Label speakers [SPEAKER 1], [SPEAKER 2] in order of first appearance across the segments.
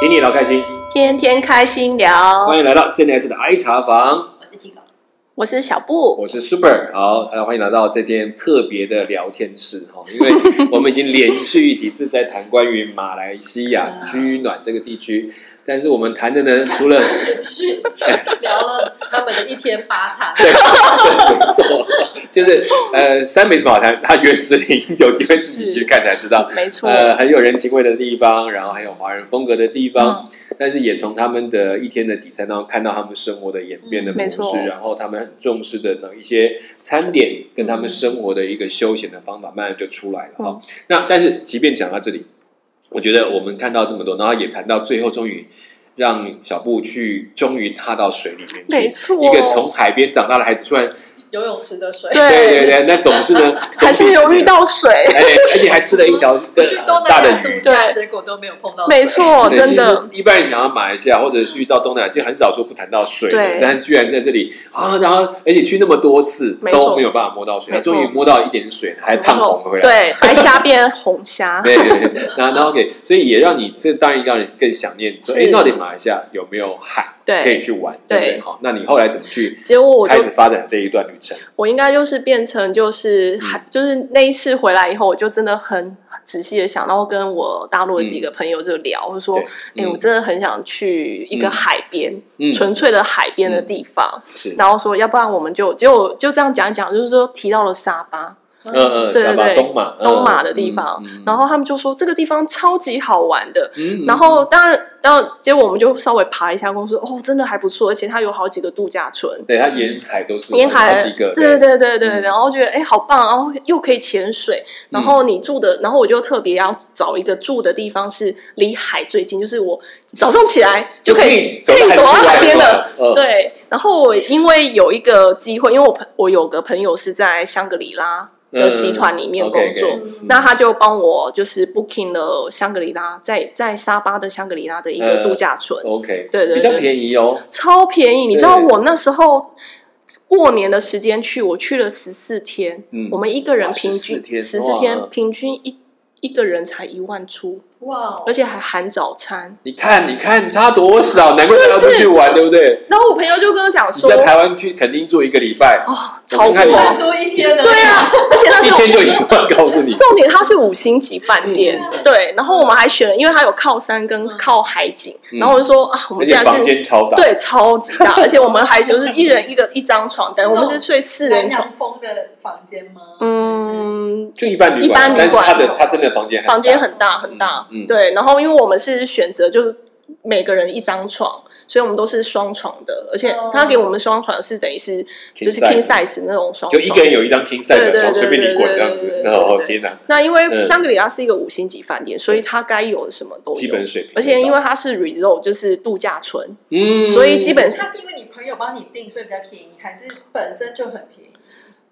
[SPEAKER 1] 天天聊开心，
[SPEAKER 2] 天天开心聊
[SPEAKER 1] 欢。迎来到 CNS 的 I 茶房，
[SPEAKER 3] 我是 Tigo，
[SPEAKER 2] 我是小布，
[SPEAKER 1] 我是 Super，好，呃，欢迎来到这天特别的聊天室哈，因为我们已经连续几次在谈关于马来西亚居暖这个地区，但是我们谈的呢，除了 ，
[SPEAKER 3] 也是聊了他们的一天八餐
[SPEAKER 1] 对，没错，就是呃，山没什么好谈，它原始林有机会自己去看才知道。
[SPEAKER 2] 没错，
[SPEAKER 1] 呃，很有人情味的地方，然后很有华人风格的地方，
[SPEAKER 2] 嗯
[SPEAKER 1] 但是也从他们的一天的几餐当中看到他们生活的演变的
[SPEAKER 2] 嗯
[SPEAKER 1] 模
[SPEAKER 2] 没
[SPEAKER 1] 式，
[SPEAKER 2] 错
[SPEAKER 1] 然后他们很重视的呢一些餐点跟他们生活的一个休闲的方法，慢慢就出来了哈、
[SPEAKER 2] 嗯
[SPEAKER 1] 那但是即便讲到这里，我觉得我们看到这么多，然后也谈到最后，终于让小布去，终于踏到水里面去，
[SPEAKER 2] 没错
[SPEAKER 1] 一个从海边长大的孩子突然，
[SPEAKER 3] 游泳池的水，
[SPEAKER 1] 对对
[SPEAKER 2] 对，
[SPEAKER 1] 对，那总是呢，
[SPEAKER 2] 还是
[SPEAKER 1] 总
[SPEAKER 2] 有遇，到水，
[SPEAKER 1] 哎，而且还吃了一条更
[SPEAKER 3] 去东
[SPEAKER 1] 大
[SPEAKER 3] 南
[SPEAKER 1] 的
[SPEAKER 3] 亚
[SPEAKER 1] 鱼
[SPEAKER 3] 度。假，
[SPEAKER 2] 对
[SPEAKER 3] 结果都没有碰到水，
[SPEAKER 2] 没错，
[SPEAKER 1] 对
[SPEAKER 2] 哦真的，。
[SPEAKER 1] 其实一般人想要马来西亚，或者去到东南亚，就很少说不谈到水的
[SPEAKER 2] 对，
[SPEAKER 1] 但是居然在这里啊，然后而且去那么多次
[SPEAKER 2] 没错
[SPEAKER 1] 都没有办法摸到水，
[SPEAKER 2] 没错
[SPEAKER 1] 终于摸到一点水，还烫红回来。
[SPEAKER 2] 对，白虾变 红虾，
[SPEAKER 1] 对对对，然后然后 OK，所以也让你这当然让你更想念说，
[SPEAKER 2] 是
[SPEAKER 1] 哎，到底马来西亚有没有海
[SPEAKER 2] 对
[SPEAKER 1] 可以去玩？对
[SPEAKER 2] 对
[SPEAKER 1] 不对，好，那你后来怎么去
[SPEAKER 2] 结果我就
[SPEAKER 1] 开始发展这一段旅程？
[SPEAKER 2] 我应该就是变成就是
[SPEAKER 1] 嗯
[SPEAKER 2] 还、就是那一次回来以后，我就真的很仔细的想，然后跟我大陆的几个朋友就聊，我就说，
[SPEAKER 1] 嗯对
[SPEAKER 2] 哎、
[SPEAKER 1] 嗯
[SPEAKER 2] 我真的很想去一个
[SPEAKER 1] 嗯
[SPEAKER 2] 海边，
[SPEAKER 1] 嗯，
[SPEAKER 2] 纯粹的海边的地方，
[SPEAKER 1] 是，
[SPEAKER 2] 然后说，要不然我们就结果就这样讲一讲，就是说提到了沙巴，
[SPEAKER 1] 嗯嗯，
[SPEAKER 2] 对对
[SPEAKER 1] 沙巴
[SPEAKER 2] 对
[SPEAKER 1] 东马
[SPEAKER 2] 东马的地方，然
[SPEAKER 1] 后
[SPEAKER 2] 后他们就说这个地方超级好玩的，
[SPEAKER 1] 嗯嗯，嗯
[SPEAKER 2] 然后当然，当然，结果我们就稍微爬一下公司，哦，真的还不错，而且它有好几个度假村，
[SPEAKER 1] 对它沿海都是
[SPEAKER 2] 沿海
[SPEAKER 1] 好几个，
[SPEAKER 2] 对对对对，
[SPEAKER 1] 嗯
[SPEAKER 2] 然后觉得哎好棒，然后又可以潜水，然后你住的，然后我就特别要找一个住的地方是离海最近，就是我早上起来就可以
[SPEAKER 1] 就
[SPEAKER 2] 可
[SPEAKER 1] 可以
[SPEAKER 2] 以
[SPEAKER 1] 走
[SPEAKER 2] 走
[SPEAKER 1] 到
[SPEAKER 2] 到
[SPEAKER 1] 海
[SPEAKER 2] 海
[SPEAKER 1] 边
[SPEAKER 2] 边
[SPEAKER 1] 了
[SPEAKER 2] 了。
[SPEAKER 1] 嗯
[SPEAKER 2] 对，然后我因为有一个机会，因为我朋我有个朋友是在香格里拉的集团里面
[SPEAKER 1] 嗯
[SPEAKER 2] 工
[SPEAKER 1] ，OK，OK
[SPEAKER 2] 作，
[SPEAKER 3] 嗯
[SPEAKER 2] 那他就帮我就是 booking 了香格里拉，在在沙巴的香格里拉的一
[SPEAKER 1] 嗯
[SPEAKER 2] 个度假村，
[SPEAKER 1] OK，
[SPEAKER 2] 对对
[SPEAKER 1] 比
[SPEAKER 2] 对
[SPEAKER 1] 较便宜哦。
[SPEAKER 2] 超便宜。你知道
[SPEAKER 1] 对
[SPEAKER 2] 我那时候过年的时间去，我去了十四天，
[SPEAKER 1] 嗯
[SPEAKER 2] 我们一个人
[SPEAKER 1] 哇
[SPEAKER 2] 平
[SPEAKER 1] 14
[SPEAKER 2] 均
[SPEAKER 1] 天
[SPEAKER 2] 十
[SPEAKER 1] 哇
[SPEAKER 2] 四天平均一一个人才一万出，
[SPEAKER 3] 哇，哦
[SPEAKER 2] 而且还含早餐。
[SPEAKER 1] 你看，你看，差多少？难怪大家
[SPEAKER 2] 是
[SPEAKER 1] 都
[SPEAKER 2] 不是
[SPEAKER 1] 去玩，对不对？
[SPEAKER 2] 然后我朋友就跟我讲
[SPEAKER 1] 你
[SPEAKER 2] 说
[SPEAKER 1] 在，台湾去肯定住一个礼拜，
[SPEAKER 2] 哦，
[SPEAKER 1] 我
[SPEAKER 2] 超
[SPEAKER 1] 看
[SPEAKER 2] 过，
[SPEAKER 1] 看你
[SPEAKER 2] 而
[SPEAKER 3] 蛮多一天的，
[SPEAKER 2] 对啊且那
[SPEAKER 1] 一
[SPEAKER 2] 时候
[SPEAKER 1] 天就一万，告诉你。
[SPEAKER 2] 重点它是五星级饭店，对。然后我们还选了，因为它有靠山跟靠海景，
[SPEAKER 1] 嗯嗯
[SPEAKER 2] 然后我就说啊，我
[SPEAKER 1] 而
[SPEAKER 2] 们既
[SPEAKER 1] 且
[SPEAKER 2] 然
[SPEAKER 1] 房
[SPEAKER 2] 是。
[SPEAKER 1] 间超大，
[SPEAKER 2] 对，超级大，而且我们还就是一人一个一张床单，
[SPEAKER 3] 是
[SPEAKER 2] 我
[SPEAKER 3] 那
[SPEAKER 2] 们
[SPEAKER 3] 种
[SPEAKER 2] 是睡四人
[SPEAKER 3] 南
[SPEAKER 2] 床
[SPEAKER 3] 洋，风的房间吗？还是，
[SPEAKER 2] 嗯，
[SPEAKER 1] 就一般旅
[SPEAKER 2] 一般
[SPEAKER 1] 馆，
[SPEAKER 2] 旅
[SPEAKER 1] 但是
[SPEAKER 2] 馆
[SPEAKER 1] 他的他真的房间很大
[SPEAKER 2] 房间很大很大，
[SPEAKER 1] 嗯嗯
[SPEAKER 2] 对。然后因为我们是选择就是每个人一张床，所以我们都是双床的，而且
[SPEAKER 3] 哦
[SPEAKER 2] 他给我们双床是等于是就是
[SPEAKER 1] King
[SPEAKER 2] king
[SPEAKER 1] size
[SPEAKER 2] size 那种双床，
[SPEAKER 1] 就一个人有一张 king size 的
[SPEAKER 2] 对
[SPEAKER 1] 床，
[SPEAKER 2] 对
[SPEAKER 1] 随
[SPEAKER 2] 对
[SPEAKER 1] 便你滚这样
[SPEAKER 2] 对
[SPEAKER 1] 子
[SPEAKER 2] 对。对
[SPEAKER 1] 然后哦
[SPEAKER 2] 对
[SPEAKER 1] 天哪，
[SPEAKER 2] 那因
[SPEAKER 1] 嗯
[SPEAKER 2] 为香格里拉是一个五星级饭店，所以它该有的什么都有，
[SPEAKER 1] 基本水平
[SPEAKER 2] 而且因为它是 resort，就是度假村，
[SPEAKER 1] 嗯，
[SPEAKER 2] 所以基本上，
[SPEAKER 3] 他是因为你朋友帮你订，所以比较便宜，还是本身就很便宜？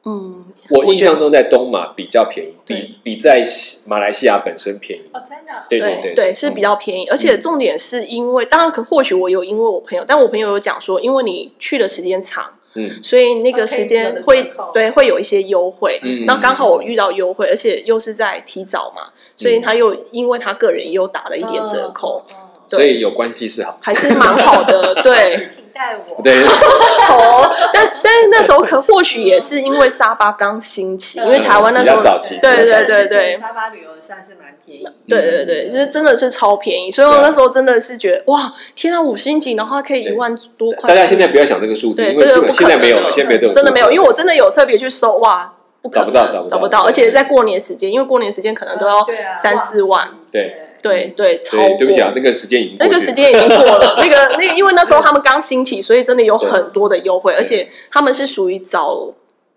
[SPEAKER 2] 嗯，
[SPEAKER 1] 我
[SPEAKER 2] 觉
[SPEAKER 1] 印象中在东马比较便宜，比
[SPEAKER 2] 对
[SPEAKER 1] 比在马来西亚本身便宜。
[SPEAKER 3] 哦，真的，
[SPEAKER 1] 对
[SPEAKER 2] 对
[SPEAKER 1] 对嗯
[SPEAKER 2] 是比较便宜，而且重点是因为，当然可或许我有因为我朋友，但我朋友有讲说，因为你去的时间长，
[SPEAKER 1] 嗯
[SPEAKER 2] 所以那个时
[SPEAKER 3] 哦可以
[SPEAKER 2] 间
[SPEAKER 3] 折
[SPEAKER 2] 会
[SPEAKER 3] 扣
[SPEAKER 2] 对会有一些优惠
[SPEAKER 1] 嗯，
[SPEAKER 2] 那刚好我遇到优惠，而且又是在提早嘛，所
[SPEAKER 1] 嗯
[SPEAKER 2] 以他又因为他个人也有打了一点折扣，
[SPEAKER 3] 嗯，嗯嗯
[SPEAKER 1] 所以有关系是好。
[SPEAKER 2] 还是蛮 好的，对
[SPEAKER 3] 下。次请带我，
[SPEAKER 1] 对，
[SPEAKER 2] 哦，但但是那时候可或许也是因为沙巴刚兴
[SPEAKER 3] 嗯
[SPEAKER 2] 起，因为台湾那时
[SPEAKER 1] 比
[SPEAKER 2] 候
[SPEAKER 1] 较早期
[SPEAKER 2] 对对
[SPEAKER 3] 真的
[SPEAKER 2] 对
[SPEAKER 3] 是
[SPEAKER 2] 对。
[SPEAKER 3] 沙发旅游算是蛮便宜的，
[SPEAKER 2] 对对
[SPEAKER 1] 嗯
[SPEAKER 2] 对，就是真的是超便宜，所以我
[SPEAKER 1] 啊
[SPEAKER 2] 那时候真的是觉得哇，天啊，五星级，然后还可以一万多块。
[SPEAKER 1] 大家现在不要想这个数字，
[SPEAKER 2] 对
[SPEAKER 1] 因为基
[SPEAKER 2] 这个
[SPEAKER 1] 本
[SPEAKER 2] 不可
[SPEAKER 1] 现
[SPEAKER 2] 能
[SPEAKER 1] 在没有
[SPEAKER 2] 的
[SPEAKER 1] 了，现在没有这种
[SPEAKER 2] 真的没有，因为我
[SPEAKER 1] 真
[SPEAKER 2] 真的有特别去搜，哇，不可能
[SPEAKER 1] 找不到找不到
[SPEAKER 2] 找不到，
[SPEAKER 1] 对
[SPEAKER 2] 而且在过年时间，因为过年时间可能都要
[SPEAKER 3] 对啊
[SPEAKER 2] 三四万，
[SPEAKER 3] 旺季
[SPEAKER 1] 对
[SPEAKER 2] 对对，超
[SPEAKER 1] 对，对不起啊，
[SPEAKER 2] 过
[SPEAKER 1] 那个时间已经过去
[SPEAKER 2] 那个
[SPEAKER 1] 了。
[SPEAKER 2] 时间已经过 了，那个那个，因为那时候他们刚兴起，所以真的有很多的优惠，而且他们是属于早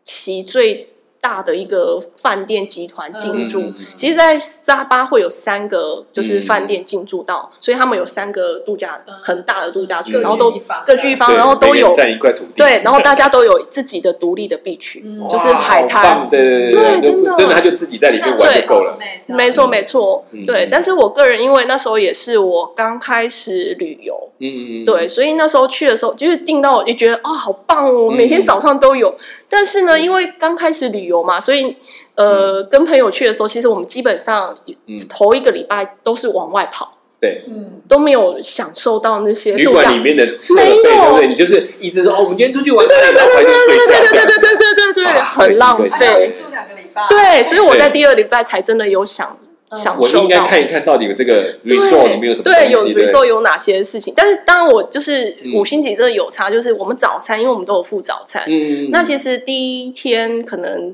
[SPEAKER 2] 期最大的一个饭店集团进驻。
[SPEAKER 1] 嗯嗯嗯
[SPEAKER 2] 其实，在沙巴会有三个
[SPEAKER 1] 嗯
[SPEAKER 2] 就是饭店进驻到，所以他们有三个度假
[SPEAKER 3] 嗯
[SPEAKER 2] 很大的度假区，
[SPEAKER 1] 各
[SPEAKER 2] 然后
[SPEAKER 1] 据
[SPEAKER 2] 都
[SPEAKER 3] 一方
[SPEAKER 2] 各据一方，
[SPEAKER 1] 对
[SPEAKER 2] 然后
[SPEAKER 1] 每
[SPEAKER 2] 都
[SPEAKER 1] 个人
[SPEAKER 2] 有
[SPEAKER 1] 占一块土地，
[SPEAKER 2] 对，然后大家都有自己的独立的地区，
[SPEAKER 3] 嗯
[SPEAKER 2] 就是
[SPEAKER 1] 哇
[SPEAKER 2] 海滩
[SPEAKER 1] 好棒对对
[SPEAKER 2] 对
[SPEAKER 1] 就
[SPEAKER 2] 真的
[SPEAKER 1] 真的他就自己在里面玩就够了。
[SPEAKER 2] 没错，没错，
[SPEAKER 1] 嗯
[SPEAKER 2] 对。但是我个人因为那时候也是我刚开始旅游，
[SPEAKER 1] 嗯嗯，嗯
[SPEAKER 2] 对，，所以那时候去的时候，就是订到也觉得哦，好棒哦，每
[SPEAKER 1] 嗯
[SPEAKER 2] 天早上都有。但是呢，因为刚开始旅游嘛，所以呃，跟朋友去的时候，其实我们基本上
[SPEAKER 1] 嗯
[SPEAKER 2] 头一个礼拜都是往外跑，
[SPEAKER 1] 对，
[SPEAKER 3] 嗯，
[SPEAKER 2] 都没有享受到那些
[SPEAKER 1] 旅
[SPEAKER 2] 度假
[SPEAKER 1] 馆里面的设备，
[SPEAKER 2] 没有
[SPEAKER 1] 对不对？你就是一直说哦，我们今天出去玩，然后回去睡觉，
[SPEAKER 2] 对对对对对对对，
[SPEAKER 1] 啊
[SPEAKER 2] 很浪
[SPEAKER 1] 对
[SPEAKER 3] 而且我
[SPEAKER 2] 费
[SPEAKER 3] 们。住两个礼拜，
[SPEAKER 2] 对，所以我在第二礼拜才真的有想
[SPEAKER 3] 嗯
[SPEAKER 2] 享
[SPEAKER 1] 我
[SPEAKER 2] 受
[SPEAKER 1] 应该
[SPEAKER 2] 到。
[SPEAKER 1] 看一看到底有这个 resort 里面有什么
[SPEAKER 2] 对，有
[SPEAKER 1] 东西，
[SPEAKER 2] 比
[SPEAKER 1] 对
[SPEAKER 2] 如说有哪些事情，但是当然我就是
[SPEAKER 1] 嗯
[SPEAKER 2] 五星级真的有差，就是我们早餐，因为我们都有付早餐，
[SPEAKER 1] 嗯，
[SPEAKER 2] 那其实第一天可能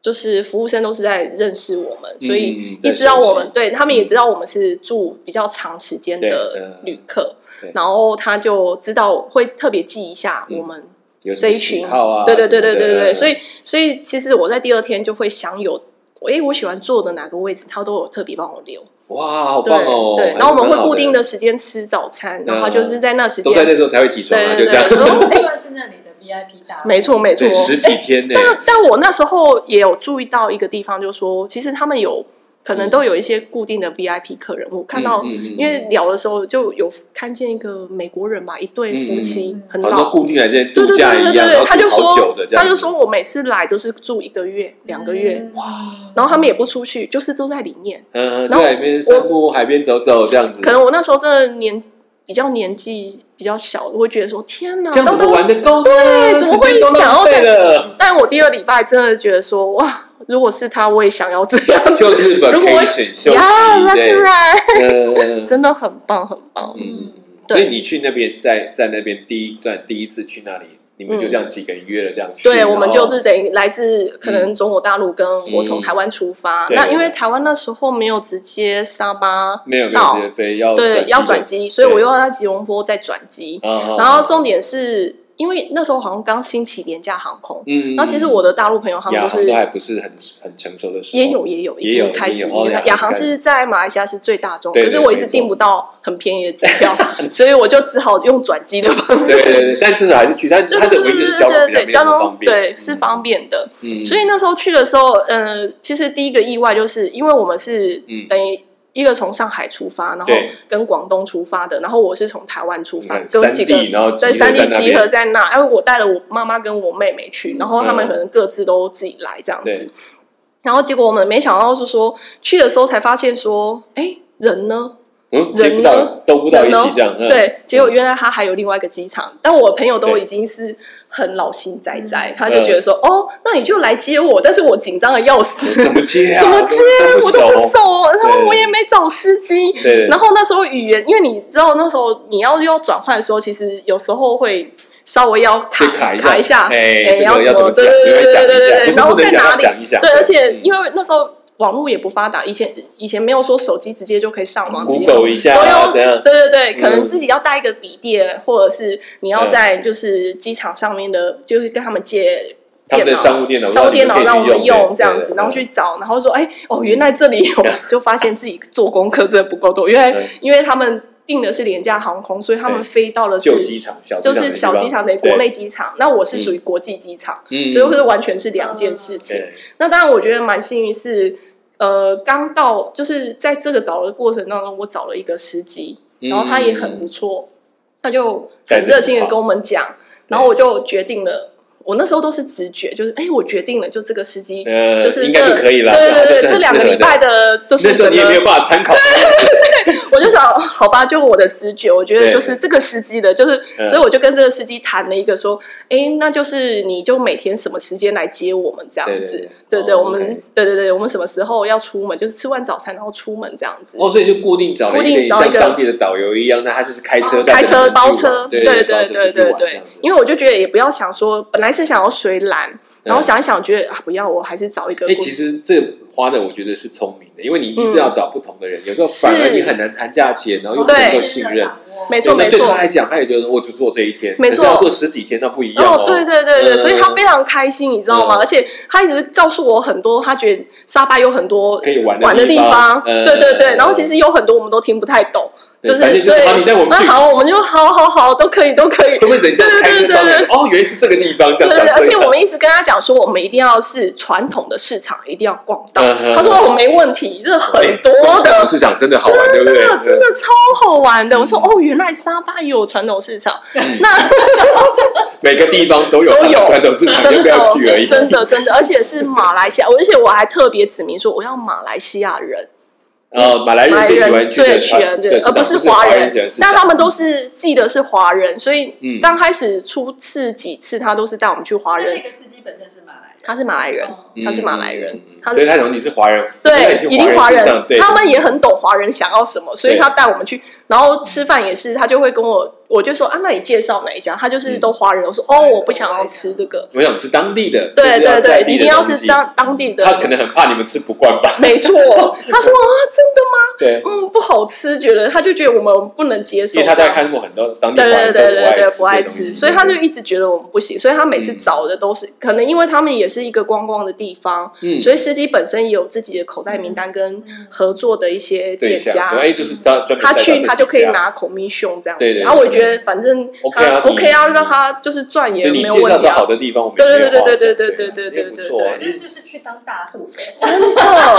[SPEAKER 2] 就是服务生都是在认识我们，
[SPEAKER 1] 嗯
[SPEAKER 2] 所以
[SPEAKER 1] 在
[SPEAKER 2] 也知道我
[SPEAKER 1] 熟
[SPEAKER 2] 们
[SPEAKER 1] 悉
[SPEAKER 2] 对他们也知道我们是住比较长时间的
[SPEAKER 1] 对
[SPEAKER 2] 旅客
[SPEAKER 1] 嗯对，
[SPEAKER 2] 然后他就知道会特别记一下我们
[SPEAKER 1] 有什
[SPEAKER 2] 这
[SPEAKER 1] 么
[SPEAKER 2] 一
[SPEAKER 1] 嗯喜
[SPEAKER 2] 群，
[SPEAKER 1] 好啊，
[SPEAKER 2] 对对对对
[SPEAKER 1] 什么
[SPEAKER 2] 对
[SPEAKER 1] 的
[SPEAKER 2] 对对，所以所以其实我在第二天就会享有。诶，我喜欢坐的哪个位置，他都有特别帮我留。
[SPEAKER 1] 哇，好
[SPEAKER 2] 对、
[SPEAKER 1] 棒哦！
[SPEAKER 2] 对，
[SPEAKER 1] 还是
[SPEAKER 2] 然后我们
[SPEAKER 1] 蛮
[SPEAKER 2] 会
[SPEAKER 1] 好嗯
[SPEAKER 2] 固定的时间吃早餐，然后他就是在那时
[SPEAKER 1] 都在
[SPEAKER 2] 间，
[SPEAKER 1] 那时候才会起床啊，就
[SPEAKER 2] 对对
[SPEAKER 1] 这样，
[SPEAKER 2] 对
[SPEAKER 3] 然后算是那里的 VIP 大楼，
[SPEAKER 2] 没错没错，
[SPEAKER 1] 对，十几天呢，
[SPEAKER 2] 但但我那时候也有注意到一个地方，就是说，其实他们有可能都有一些固定的 VIP 客人，我看到。
[SPEAKER 1] 嗯嗯嗯
[SPEAKER 2] 因为聊的时候就有看见一个美国人吧，一对夫妻、
[SPEAKER 3] 嗯嗯嗯
[SPEAKER 2] 很
[SPEAKER 1] 好像
[SPEAKER 2] 老，
[SPEAKER 1] 固定来这边
[SPEAKER 2] 对
[SPEAKER 1] 度
[SPEAKER 2] 对
[SPEAKER 1] 假
[SPEAKER 2] 对对
[SPEAKER 1] 一样，然
[SPEAKER 2] 对对，
[SPEAKER 1] 后
[SPEAKER 2] 他就
[SPEAKER 1] 住好久
[SPEAKER 2] 说
[SPEAKER 1] 的这样，
[SPEAKER 2] 他就说我每次来都是住一个月、两个月，
[SPEAKER 3] 嗯，哇，
[SPEAKER 2] 然后他们也不出去，就是都在里面。
[SPEAKER 1] 嗯，
[SPEAKER 2] 然后
[SPEAKER 1] 在海边散步、海边走走这样子，
[SPEAKER 2] 可能我那时候真的年比较年纪比较小，我会觉得说天哪，
[SPEAKER 1] 这样怎
[SPEAKER 2] 都
[SPEAKER 1] 么玩的够呢？
[SPEAKER 2] 对怎么会
[SPEAKER 1] 时间都浪费
[SPEAKER 2] 想
[SPEAKER 1] 了？
[SPEAKER 2] 但我第二礼拜真的觉得说哇，如果是他，我也想要这样子。
[SPEAKER 1] 就是
[SPEAKER 2] 如果我
[SPEAKER 1] vacation 休息对
[SPEAKER 2] Yeah, that's right，
[SPEAKER 1] 嗯嗯嗯
[SPEAKER 2] 真的很棒，很棒。
[SPEAKER 1] 嗯，所
[SPEAKER 2] 对
[SPEAKER 1] 以你去那边，在在那边第一站第一次去那里，你们就这样几个人约了这样去，
[SPEAKER 2] 对，我
[SPEAKER 1] 然
[SPEAKER 2] 们
[SPEAKER 1] 后
[SPEAKER 2] 就是等于来自可能中国大陆，跟我从台湾出发。
[SPEAKER 1] 对
[SPEAKER 2] 那因为台湾那时候没有直接沙巴，
[SPEAKER 1] 没有没有
[SPEAKER 2] 到
[SPEAKER 1] 直接飞，要
[SPEAKER 2] 对，要转
[SPEAKER 1] 转
[SPEAKER 2] 机，所以我又要在吉隆坡再转机。
[SPEAKER 1] 的，啊
[SPEAKER 2] 然后重点是因为那时候好像刚兴起廉价航空，
[SPEAKER 1] 嗯，
[SPEAKER 2] 然后其实我的大陆朋友他们
[SPEAKER 1] 亚
[SPEAKER 2] 都
[SPEAKER 1] 航都还
[SPEAKER 2] 是。
[SPEAKER 1] 不是很很成熟的时候，
[SPEAKER 2] 也有也 有，已
[SPEAKER 1] 也有
[SPEAKER 2] 经开始
[SPEAKER 1] 也有哦
[SPEAKER 2] 因为
[SPEAKER 1] 亚
[SPEAKER 2] 亚
[SPEAKER 1] 航
[SPEAKER 2] 航是在马来西亚是最大众，
[SPEAKER 1] 对
[SPEAKER 2] 可
[SPEAKER 1] 对
[SPEAKER 2] 是我一直
[SPEAKER 1] 没错
[SPEAKER 2] 订不到很便宜的机票，所以我就只好用转机的方式。
[SPEAKER 1] 对对对，但至少还是去，但
[SPEAKER 2] 对
[SPEAKER 1] 它
[SPEAKER 2] 对
[SPEAKER 1] 的
[SPEAKER 2] 对
[SPEAKER 1] 唯一就是
[SPEAKER 2] 对
[SPEAKER 1] 交通
[SPEAKER 2] 对
[SPEAKER 1] 比较
[SPEAKER 2] 对，
[SPEAKER 1] 没有
[SPEAKER 2] 交
[SPEAKER 1] 那么
[SPEAKER 2] 通
[SPEAKER 1] 方便，
[SPEAKER 2] 对是方便的。
[SPEAKER 1] 嗯，
[SPEAKER 2] 所以那时候去的时候，呃，其实第一个意外就是因为我们是
[SPEAKER 1] 嗯
[SPEAKER 2] 等于一个从上海出发，然后
[SPEAKER 1] 对
[SPEAKER 2] 跟广东出发的，然后我是从台湾出
[SPEAKER 1] 你
[SPEAKER 2] 发，
[SPEAKER 1] 看
[SPEAKER 2] 跟
[SPEAKER 1] 三
[SPEAKER 2] 几个。
[SPEAKER 1] 地，然后集
[SPEAKER 2] 对，
[SPEAKER 1] 合
[SPEAKER 2] 三
[SPEAKER 1] 在
[SPEAKER 2] 地
[SPEAKER 1] 那
[SPEAKER 2] 集合
[SPEAKER 1] 边，
[SPEAKER 2] 在那，哎因为我带了我妈妈跟我妹妹去，然后他们
[SPEAKER 1] 嗯
[SPEAKER 2] 可能各自都自己来这样
[SPEAKER 1] 对
[SPEAKER 2] 子。然后结果我们没想到是说去的时候才发现说，哎，人呢？
[SPEAKER 1] 嗯，接
[SPEAKER 2] 人
[SPEAKER 1] 不到
[SPEAKER 2] 呢
[SPEAKER 1] 都不到一起这样，嗯，
[SPEAKER 2] 对，结果原来他还有另外一个机场，但我朋友都
[SPEAKER 1] 对
[SPEAKER 2] 已经是很老心仔仔
[SPEAKER 3] 嗯，
[SPEAKER 2] 他就觉得说，哦，那你就来接我，但是我紧张的要 死，
[SPEAKER 1] 怎么接啊？
[SPEAKER 2] 怎么接
[SPEAKER 1] 都
[SPEAKER 2] 我都
[SPEAKER 1] 熟，
[SPEAKER 2] 不
[SPEAKER 1] 哦
[SPEAKER 2] 熟，哦然后
[SPEAKER 1] 对
[SPEAKER 2] 我也没找司机。
[SPEAKER 1] 对对，
[SPEAKER 2] 然后那时候语言，因为你知道那时候你要要转换的时候，其实有时候会稍微要卡
[SPEAKER 1] 就卡一下，
[SPEAKER 2] 卡一下，
[SPEAKER 1] 哎，这
[SPEAKER 2] 要
[SPEAKER 1] 个要怎么
[SPEAKER 2] 对
[SPEAKER 1] 讲？就
[SPEAKER 2] 对
[SPEAKER 1] 会
[SPEAKER 2] 对
[SPEAKER 1] 想
[SPEAKER 2] 对对对
[SPEAKER 1] 一
[SPEAKER 2] 对，
[SPEAKER 1] 下，
[SPEAKER 2] 然
[SPEAKER 1] 不
[SPEAKER 2] 后
[SPEAKER 1] 是不
[SPEAKER 2] 在
[SPEAKER 1] 能讲
[SPEAKER 2] 哪
[SPEAKER 1] 要
[SPEAKER 2] 里？
[SPEAKER 1] 想一下，
[SPEAKER 2] 对，而且
[SPEAKER 1] 嗯
[SPEAKER 2] 因为那时候网络也不发达，以前以前没有说手机直接就可以上网，直接
[SPEAKER 1] Google 一下
[SPEAKER 2] 都
[SPEAKER 1] 啊，
[SPEAKER 2] 要
[SPEAKER 1] 怎样？
[SPEAKER 2] 对对对，
[SPEAKER 1] 嗯
[SPEAKER 2] 可能自己要带一个笔电，或者是你要在就是机场上面的，就是跟他们借
[SPEAKER 1] 他们的
[SPEAKER 2] 电脑
[SPEAKER 1] 商务电脑，
[SPEAKER 2] 商务电脑让我
[SPEAKER 1] 你可以
[SPEAKER 2] 们
[SPEAKER 1] 去
[SPEAKER 2] 用
[SPEAKER 1] 用
[SPEAKER 2] 这样子，
[SPEAKER 1] 嗯
[SPEAKER 2] 然后去找，然后说哎哦，原来这 里有，就发现自己做功课真的不够多，因为
[SPEAKER 1] 嗯
[SPEAKER 2] 因为他们订的是廉价航空，所以他们
[SPEAKER 1] 对
[SPEAKER 2] 飞到了
[SPEAKER 1] 旧
[SPEAKER 2] 是
[SPEAKER 1] 机场，小
[SPEAKER 2] 就是小机场等于国内机场，那我是属于国际机场，所以是完全是两件事情。
[SPEAKER 1] 嗯对
[SPEAKER 2] 那当然，我觉得蛮幸运是，呃，刚到就是在这个找的过程当中，我找了一个司机，
[SPEAKER 1] 嗯
[SPEAKER 2] 然后他也很不错，他就
[SPEAKER 1] 带
[SPEAKER 2] 很
[SPEAKER 1] 着
[SPEAKER 2] 热
[SPEAKER 1] 你
[SPEAKER 2] 情的
[SPEAKER 1] 跑
[SPEAKER 2] 跟我们讲，然后我就决定了，我那时候都是直觉，就是哎，我决定了，就这个司机。
[SPEAKER 1] 呃，
[SPEAKER 2] 就是
[SPEAKER 1] 应该就
[SPEAKER 2] 这
[SPEAKER 1] 可以了。
[SPEAKER 2] 对对对
[SPEAKER 1] 这样
[SPEAKER 2] 对，这
[SPEAKER 1] 就是
[SPEAKER 2] 两
[SPEAKER 1] 很
[SPEAKER 2] 个
[SPEAKER 1] 适合
[SPEAKER 2] 礼拜的，就是
[SPEAKER 1] 那时候你也
[SPEAKER 2] 整个
[SPEAKER 1] 没有办法参考，
[SPEAKER 2] 我就想，好吧，就我的直觉，我觉得
[SPEAKER 1] 对
[SPEAKER 2] 就是这个司机的，就是，
[SPEAKER 1] 嗯
[SPEAKER 2] 所以我就跟这个司机谈了一个说，哎，那就是你就每天什么时间来接我们这样子，
[SPEAKER 1] 对对对
[SPEAKER 2] 对
[SPEAKER 1] 哦
[SPEAKER 2] 我们
[SPEAKER 1] OK
[SPEAKER 2] 对对对，我们什么时候要出门，就是吃完早餐然后出门这样子。
[SPEAKER 1] 哦，所以就固定找了
[SPEAKER 2] 固定
[SPEAKER 1] 一个
[SPEAKER 2] 找一
[SPEAKER 1] 像
[SPEAKER 2] 个哦
[SPEAKER 1] 当地的导游一样，那他就是开车带
[SPEAKER 2] 开
[SPEAKER 1] 着你们
[SPEAKER 2] 车
[SPEAKER 1] 去玩
[SPEAKER 2] 包车，
[SPEAKER 1] 对
[SPEAKER 2] 对
[SPEAKER 1] 包车
[SPEAKER 2] 对对
[SPEAKER 1] 出去
[SPEAKER 2] 对
[SPEAKER 1] 玩这
[SPEAKER 2] 对
[SPEAKER 1] 样子，
[SPEAKER 2] 因为我就觉得也不要想说，本来是想要水懒，然后想一想，觉得啊不要，我还是找一个
[SPEAKER 1] 哎、
[SPEAKER 2] 固
[SPEAKER 1] 嗯其实这个花的我觉得是聪明的，因为你一直要找不同的人，有时候反而
[SPEAKER 2] 嗯是
[SPEAKER 1] 你很难谈价钱，然后又
[SPEAKER 3] 哦
[SPEAKER 1] 不能
[SPEAKER 2] 对
[SPEAKER 1] 够信任。，对
[SPEAKER 2] 没错
[SPEAKER 1] 那
[SPEAKER 2] 没
[SPEAKER 1] 对
[SPEAKER 2] 错
[SPEAKER 1] 他，来讲，他也觉得我只做这一天，
[SPEAKER 2] 没
[SPEAKER 1] 可是要
[SPEAKER 2] 错
[SPEAKER 1] 做十几天那不一样哦。
[SPEAKER 2] 对对对对，
[SPEAKER 1] 嗯
[SPEAKER 2] 所以他非常开心，你知道吗？
[SPEAKER 1] 嗯
[SPEAKER 2] 而且他一直告诉我很多，他觉得沙巴有很多
[SPEAKER 1] 可以玩的
[SPEAKER 2] 玩的
[SPEAKER 1] 地
[SPEAKER 2] 地
[SPEAKER 1] 方嗯
[SPEAKER 2] 对对
[SPEAKER 1] 嗯
[SPEAKER 2] 对。然后其实有很多我们都听不太懂，
[SPEAKER 1] 对
[SPEAKER 2] 就是
[SPEAKER 1] 反正就是
[SPEAKER 2] 对
[SPEAKER 1] 好你带我们去
[SPEAKER 2] 那好，我们就好好好，都可以，都可以。
[SPEAKER 1] 会不会人家开车到那里
[SPEAKER 2] 对对对对
[SPEAKER 1] 哦，原来是这个地方这
[SPEAKER 2] 对
[SPEAKER 1] 样
[SPEAKER 2] 对
[SPEAKER 1] 转
[SPEAKER 2] 对，
[SPEAKER 1] 车
[SPEAKER 2] 而且我们一直跟他讲说，我们一定要是传统的市场，一定要逛到
[SPEAKER 1] 嗯嗯。
[SPEAKER 2] 他说我没问题，这很多
[SPEAKER 1] 这
[SPEAKER 2] 的
[SPEAKER 1] 种。市场真的好玩，对不
[SPEAKER 2] 真
[SPEAKER 1] 对呃
[SPEAKER 2] 的？真的超好玩的！我说哦，原来沙巴也有传统市场，
[SPEAKER 1] 嗯每个地方都有
[SPEAKER 2] 都有
[SPEAKER 1] 它的传统市场，
[SPEAKER 2] 真
[SPEAKER 1] 要
[SPEAKER 2] 的
[SPEAKER 1] 不要去而已。
[SPEAKER 2] 真的真的，而且是马来西亚，而且我还特别指明说我要马来西亚人，
[SPEAKER 1] 呃，马来人最喜欢去
[SPEAKER 2] 对
[SPEAKER 1] 的
[SPEAKER 2] 去人
[SPEAKER 1] 的市
[SPEAKER 2] 而
[SPEAKER 1] 场，
[SPEAKER 2] 不
[SPEAKER 1] 是
[SPEAKER 2] 华
[SPEAKER 1] 人喜欢市场，
[SPEAKER 2] 但他们都是记得是华人，所以
[SPEAKER 1] 嗯
[SPEAKER 2] 刚开始初次几次他都是带我们去华
[SPEAKER 3] 那那
[SPEAKER 2] 人，
[SPEAKER 3] 个司机本身是马来人，
[SPEAKER 2] 他是马来人，
[SPEAKER 3] 哦
[SPEAKER 2] 他是马来人
[SPEAKER 1] 嗯嗯嗯
[SPEAKER 2] 他是
[SPEAKER 1] 所以他想你是华人，
[SPEAKER 2] 对，
[SPEAKER 1] 就
[SPEAKER 2] 一定华
[SPEAKER 1] 华市
[SPEAKER 2] 人
[SPEAKER 1] 场，对，
[SPEAKER 2] 他们也很懂华人想要什么，所以
[SPEAKER 1] 对
[SPEAKER 2] 他带我们去，然后吃饭也是，他就会跟我，我就说啊，那你介绍哪一家？他就是
[SPEAKER 1] 嗯
[SPEAKER 2] 都华人，我说哦，我不想要吃这个，
[SPEAKER 1] 我想吃当地的，
[SPEAKER 2] 对
[SPEAKER 1] 就是
[SPEAKER 2] 对
[SPEAKER 1] 在
[SPEAKER 2] 对，
[SPEAKER 1] 地
[SPEAKER 2] 一
[SPEAKER 1] 的
[SPEAKER 2] 定要
[SPEAKER 1] 东
[SPEAKER 2] 是
[SPEAKER 1] 西
[SPEAKER 2] 当当地的，
[SPEAKER 1] 他可能很怕你们吃不惯吧？
[SPEAKER 2] 没错。他说啊，真 的吗？
[SPEAKER 1] 对，
[SPEAKER 2] 嗯，不好吃，觉得他就觉得我们不能接
[SPEAKER 1] 因
[SPEAKER 2] 受这
[SPEAKER 1] 为
[SPEAKER 2] 样，
[SPEAKER 1] 他在看过很多当地
[SPEAKER 2] 对
[SPEAKER 1] 华
[SPEAKER 2] 对
[SPEAKER 1] 人都
[SPEAKER 2] 对对对，
[SPEAKER 1] 不
[SPEAKER 2] 不
[SPEAKER 1] 爱
[SPEAKER 2] 爱
[SPEAKER 1] 吃这些东西，嗯
[SPEAKER 2] 吃，所以他就一直觉得我们不行，所以他每次找的都是、可能因为他们也是一个观光的地方，
[SPEAKER 1] 嗯
[SPEAKER 2] 所以司机本身也有自己的口袋名单跟合作的一些
[SPEAKER 1] 对
[SPEAKER 2] 店
[SPEAKER 1] 象，
[SPEAKER 2] 家。
[SPEAKER 1] 哎，就是当专门
[SPEAKER 2] 他
[SPEAKER 1] 带到
[SPEAKER 2] 去
[SPEAKER 1] 这
[SPEAKER 2] 他
[SPEAKER 1] 几
[SPEAKER 2] 就可以
[SPEAKER 1] 家，
[SPEAKER 2] 拿 commission 这样子，
[SPEAKER 1] 对对对
[SPEAKER 2] 然后我觉得反正
[SPEAKER 1] OK
[SPEAKER 2] 他
[SPEAKER 1] 啊你
[SPEAKER 2] OK 啊，让他就是赚也
[SPEAKER 1] 就你
[SPEAKER 2] 没有
[SPEAKER 1] 介
[SPEAKER 2] 问
[SPEAKER 1] 绍
[SPEAKER 2] 题
[SPEAKER 1] 的好
[SPEAKER 2] 啊。
[SPEAKER 1] 的地方，我们
[SPEAKER 2] 对
[SPEAKER 1] 也
[SPEAKER 2] 对
[SPEAKER 1] 没有
[SPEAKER 2] 对
[SPEAKER 1] 话
[SPEAKER 2] 对
[SPEAKER 1] 讲
[SPEAKER 2] 对
[SPEAKER 1] 对
[SPEAKER 2] 对
[SPEAKER 1] 啊
[SPEAKER 2] 对
[SPEAKER 1] 也
[SPEAKER 2] 对
[SPEAKER 1] 不
[SPEAKER 2] 对
[SPEAKER 1] 错啊
[SPEAKER 2] 对
[SPEAKER 3] 这就是去当大户的，
[SPEAKER 2] 真的，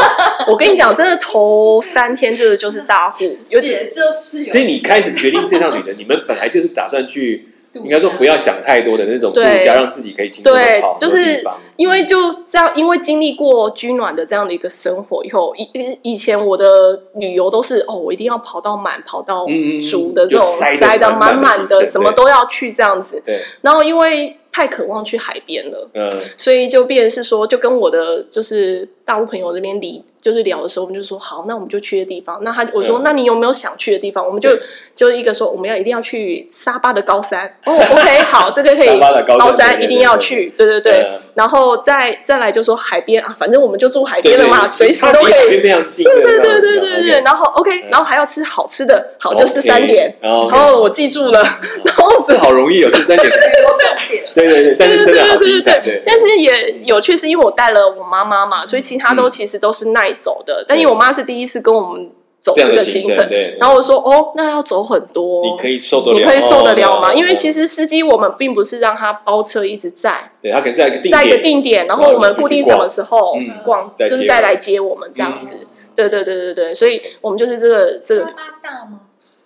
[SPEAKER 2] 我跟你讲，真的头三天这个 就是大户，尤其
[SPEAKER 3] 姐就是有，
[SPEAKER 1] 所以你开始决定这趟旅程，你们 本来就是打算去，应该说不要想太多的那种度
[SPEAKER 2] 对
[SPEAKER 1] 假，让自己可以轻松的
[SPEAKER 2] 对
[SPEAKER 1] 跑很多
[SPEAKER 2] 就是
[SPEAKER 1] 地方嗯
[SPEAKER 2] 因为就这样，因为经历过居暖的这样的一个生活以后，以以前我的旅游都是哦，我一定要跑到满，跑到
[SPEAKER 1] 嗯嗯嗯
[SPEAKER 2] 足的
[SPEAKER 1] 就
[SPEAKER 2] 这种
[SPEAKER 1] 塞得
[SPEAKER 2] 塞得
[SPEAKER 1] 满满的
[SPEAKER 2] 满满
[SPEAKER 1] 行
[SPEAKER 2] 的，
[SPEAKER 1] 程
[SPEAKER 2] 什么
[SPEAKER 1] 对
[SPEAKER 2] 都要去这样子。
[SPEAKER 1] 对，
[SPEAKER 2] 然后因为太渴望去海边了，
[SPEAKER 1] 嗯，
[SPEAKER 2] 所以就变成是说，就跟我的就是大陆朋友这边理就是聊的时候，我们就说好，那我们就去的地方。那他我说，
[SPEAKER 1] 嗯
[SPEAKER 2] 那你有没有想去的地方？我们就
[SPEAKER 1] 对
[SPEAKER 2] 就一个说，我们要一定要去沙巴的高山。哦，OK，好，这个可
[SPEAKER 1] 沙
[SPEAKER 2] 以，
[SPEAKER 1] 巴的高山
[SPEAKER 2] 高
[SPEAKER 1] 对对对
[SPEAKER 2] 一定要去，对对对。
[SPEAKER 1] 嗯
[SPEAKER 2] 然后再再来就说海边啊，反正我们就住 海边
[SPEAKER 1] 对
[SPEAKER 2] 了嘛，随时都可以。
[SPEAKER 1] 非常近，
[SPEAKER 2] 对对对对对对。
[SPEAKER 1] 然
[SPEAKER 2] 然后 OK，
[SPEAKER 1] 嗯
[SPEAKER 2] 然后还要吃好吃的，好就十三点。
[SPEAKER 1] 然
[SPEAKER 2] 然后我记住了，
[SPEAKER 1] 嗯
[SPEAKER 2] 然后
[SPEAKER 1] 这好容易哦，这三点，
[SPEAKER 3] 很多重点，
[SPEAKER 1] 对对对，但是真的好精彩，对嗯
[SPEAKER 2] 对，但是也有趣，是因为我带了我妈妈嘛，所以其他都其实都是耐走的。但因为我妈是第一次跟我们走
[SPEAKER 1] 这样
[SPEAKER 2] 个
[SPEAKER 1] 的
[SPEAKER 2] 行
[SPEAKER 1] 行程，对，
[SPEAKER 2] 然后我说哦，那要走很多哦，
[SPEAKER 1] 你可以受得了，
[SPEAKER 2] 你可以受得了吗？
[SPEAKER 1] 哦
[SPEAKER 2] 因为其实司机我们并不是让他包车一直在
[SPEAKER 1] 对他可能在一个定
[SPEAKER 2] 在一个
[SPEAKER 1] 点，哦
[SPEAKER 2] 定点，然后我们固定什么时候
[SPEAKER 1] 嗯
[SPEAKER 2] 逛，
[SPEAKER 1] 再接
[SPEAKER 2] 就是再来接我们这样子
[SPEAKER 3] 嗯。
[SPEAKER 2] 对对对对对，所以我们就是这个这
[SPEAKER 3] 沙
[SPEAKER 2] 个
[SPEAKER 3] 巴大吗？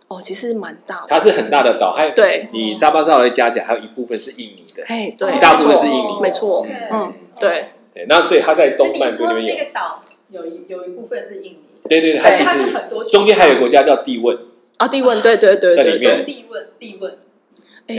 [SPEAKER 2] 哦，其实蛮大的，
[SPEAKER 1] 它是很大的岛，还有
[SPEAKER 2] 对
[SPEAKER 1] 你沙巴沙来加起来还有一部分是印尼的，
[SPEAKER 2] 哎对，
[SPEAKER 1] 大部分是
[SPEAKER 2] 没错
[SPEAKER 1] 印尼，
[SPEAKER 2] 没错嗯对，
[SPEAKER 1] 对，那所以它在东
[SPEAKER 3] 哦那
[SPEAKER 1] 半
[SPEAKER 3] 你
[SPEAKER 1] 部
[SPEAKER 3] 说
[SPEAKER 1] 那边有
[SPEAKER 3] 那，个岛有一有一部分是印尼的，
[SPEAKER 1] 对对对，它
[SPEAKER 3] 所
[SPEAKER 1] 其
[SPEAKER 3] 以它是
[SPEAKER 1] 实
[SPEAKER 3] 很多
[SPEAKER 1] 中间还有一个国家叫地汶，
[SPEAKER 2] 啊，地汶，对对对
[SPEAKER 1] 在
[SPEAKER 2] 对
[SPEAKER 1] 里面
[SPEAKER 2] 对，
[SPEAKER 3] 地问地问，
[SPEAKER 2] 哎，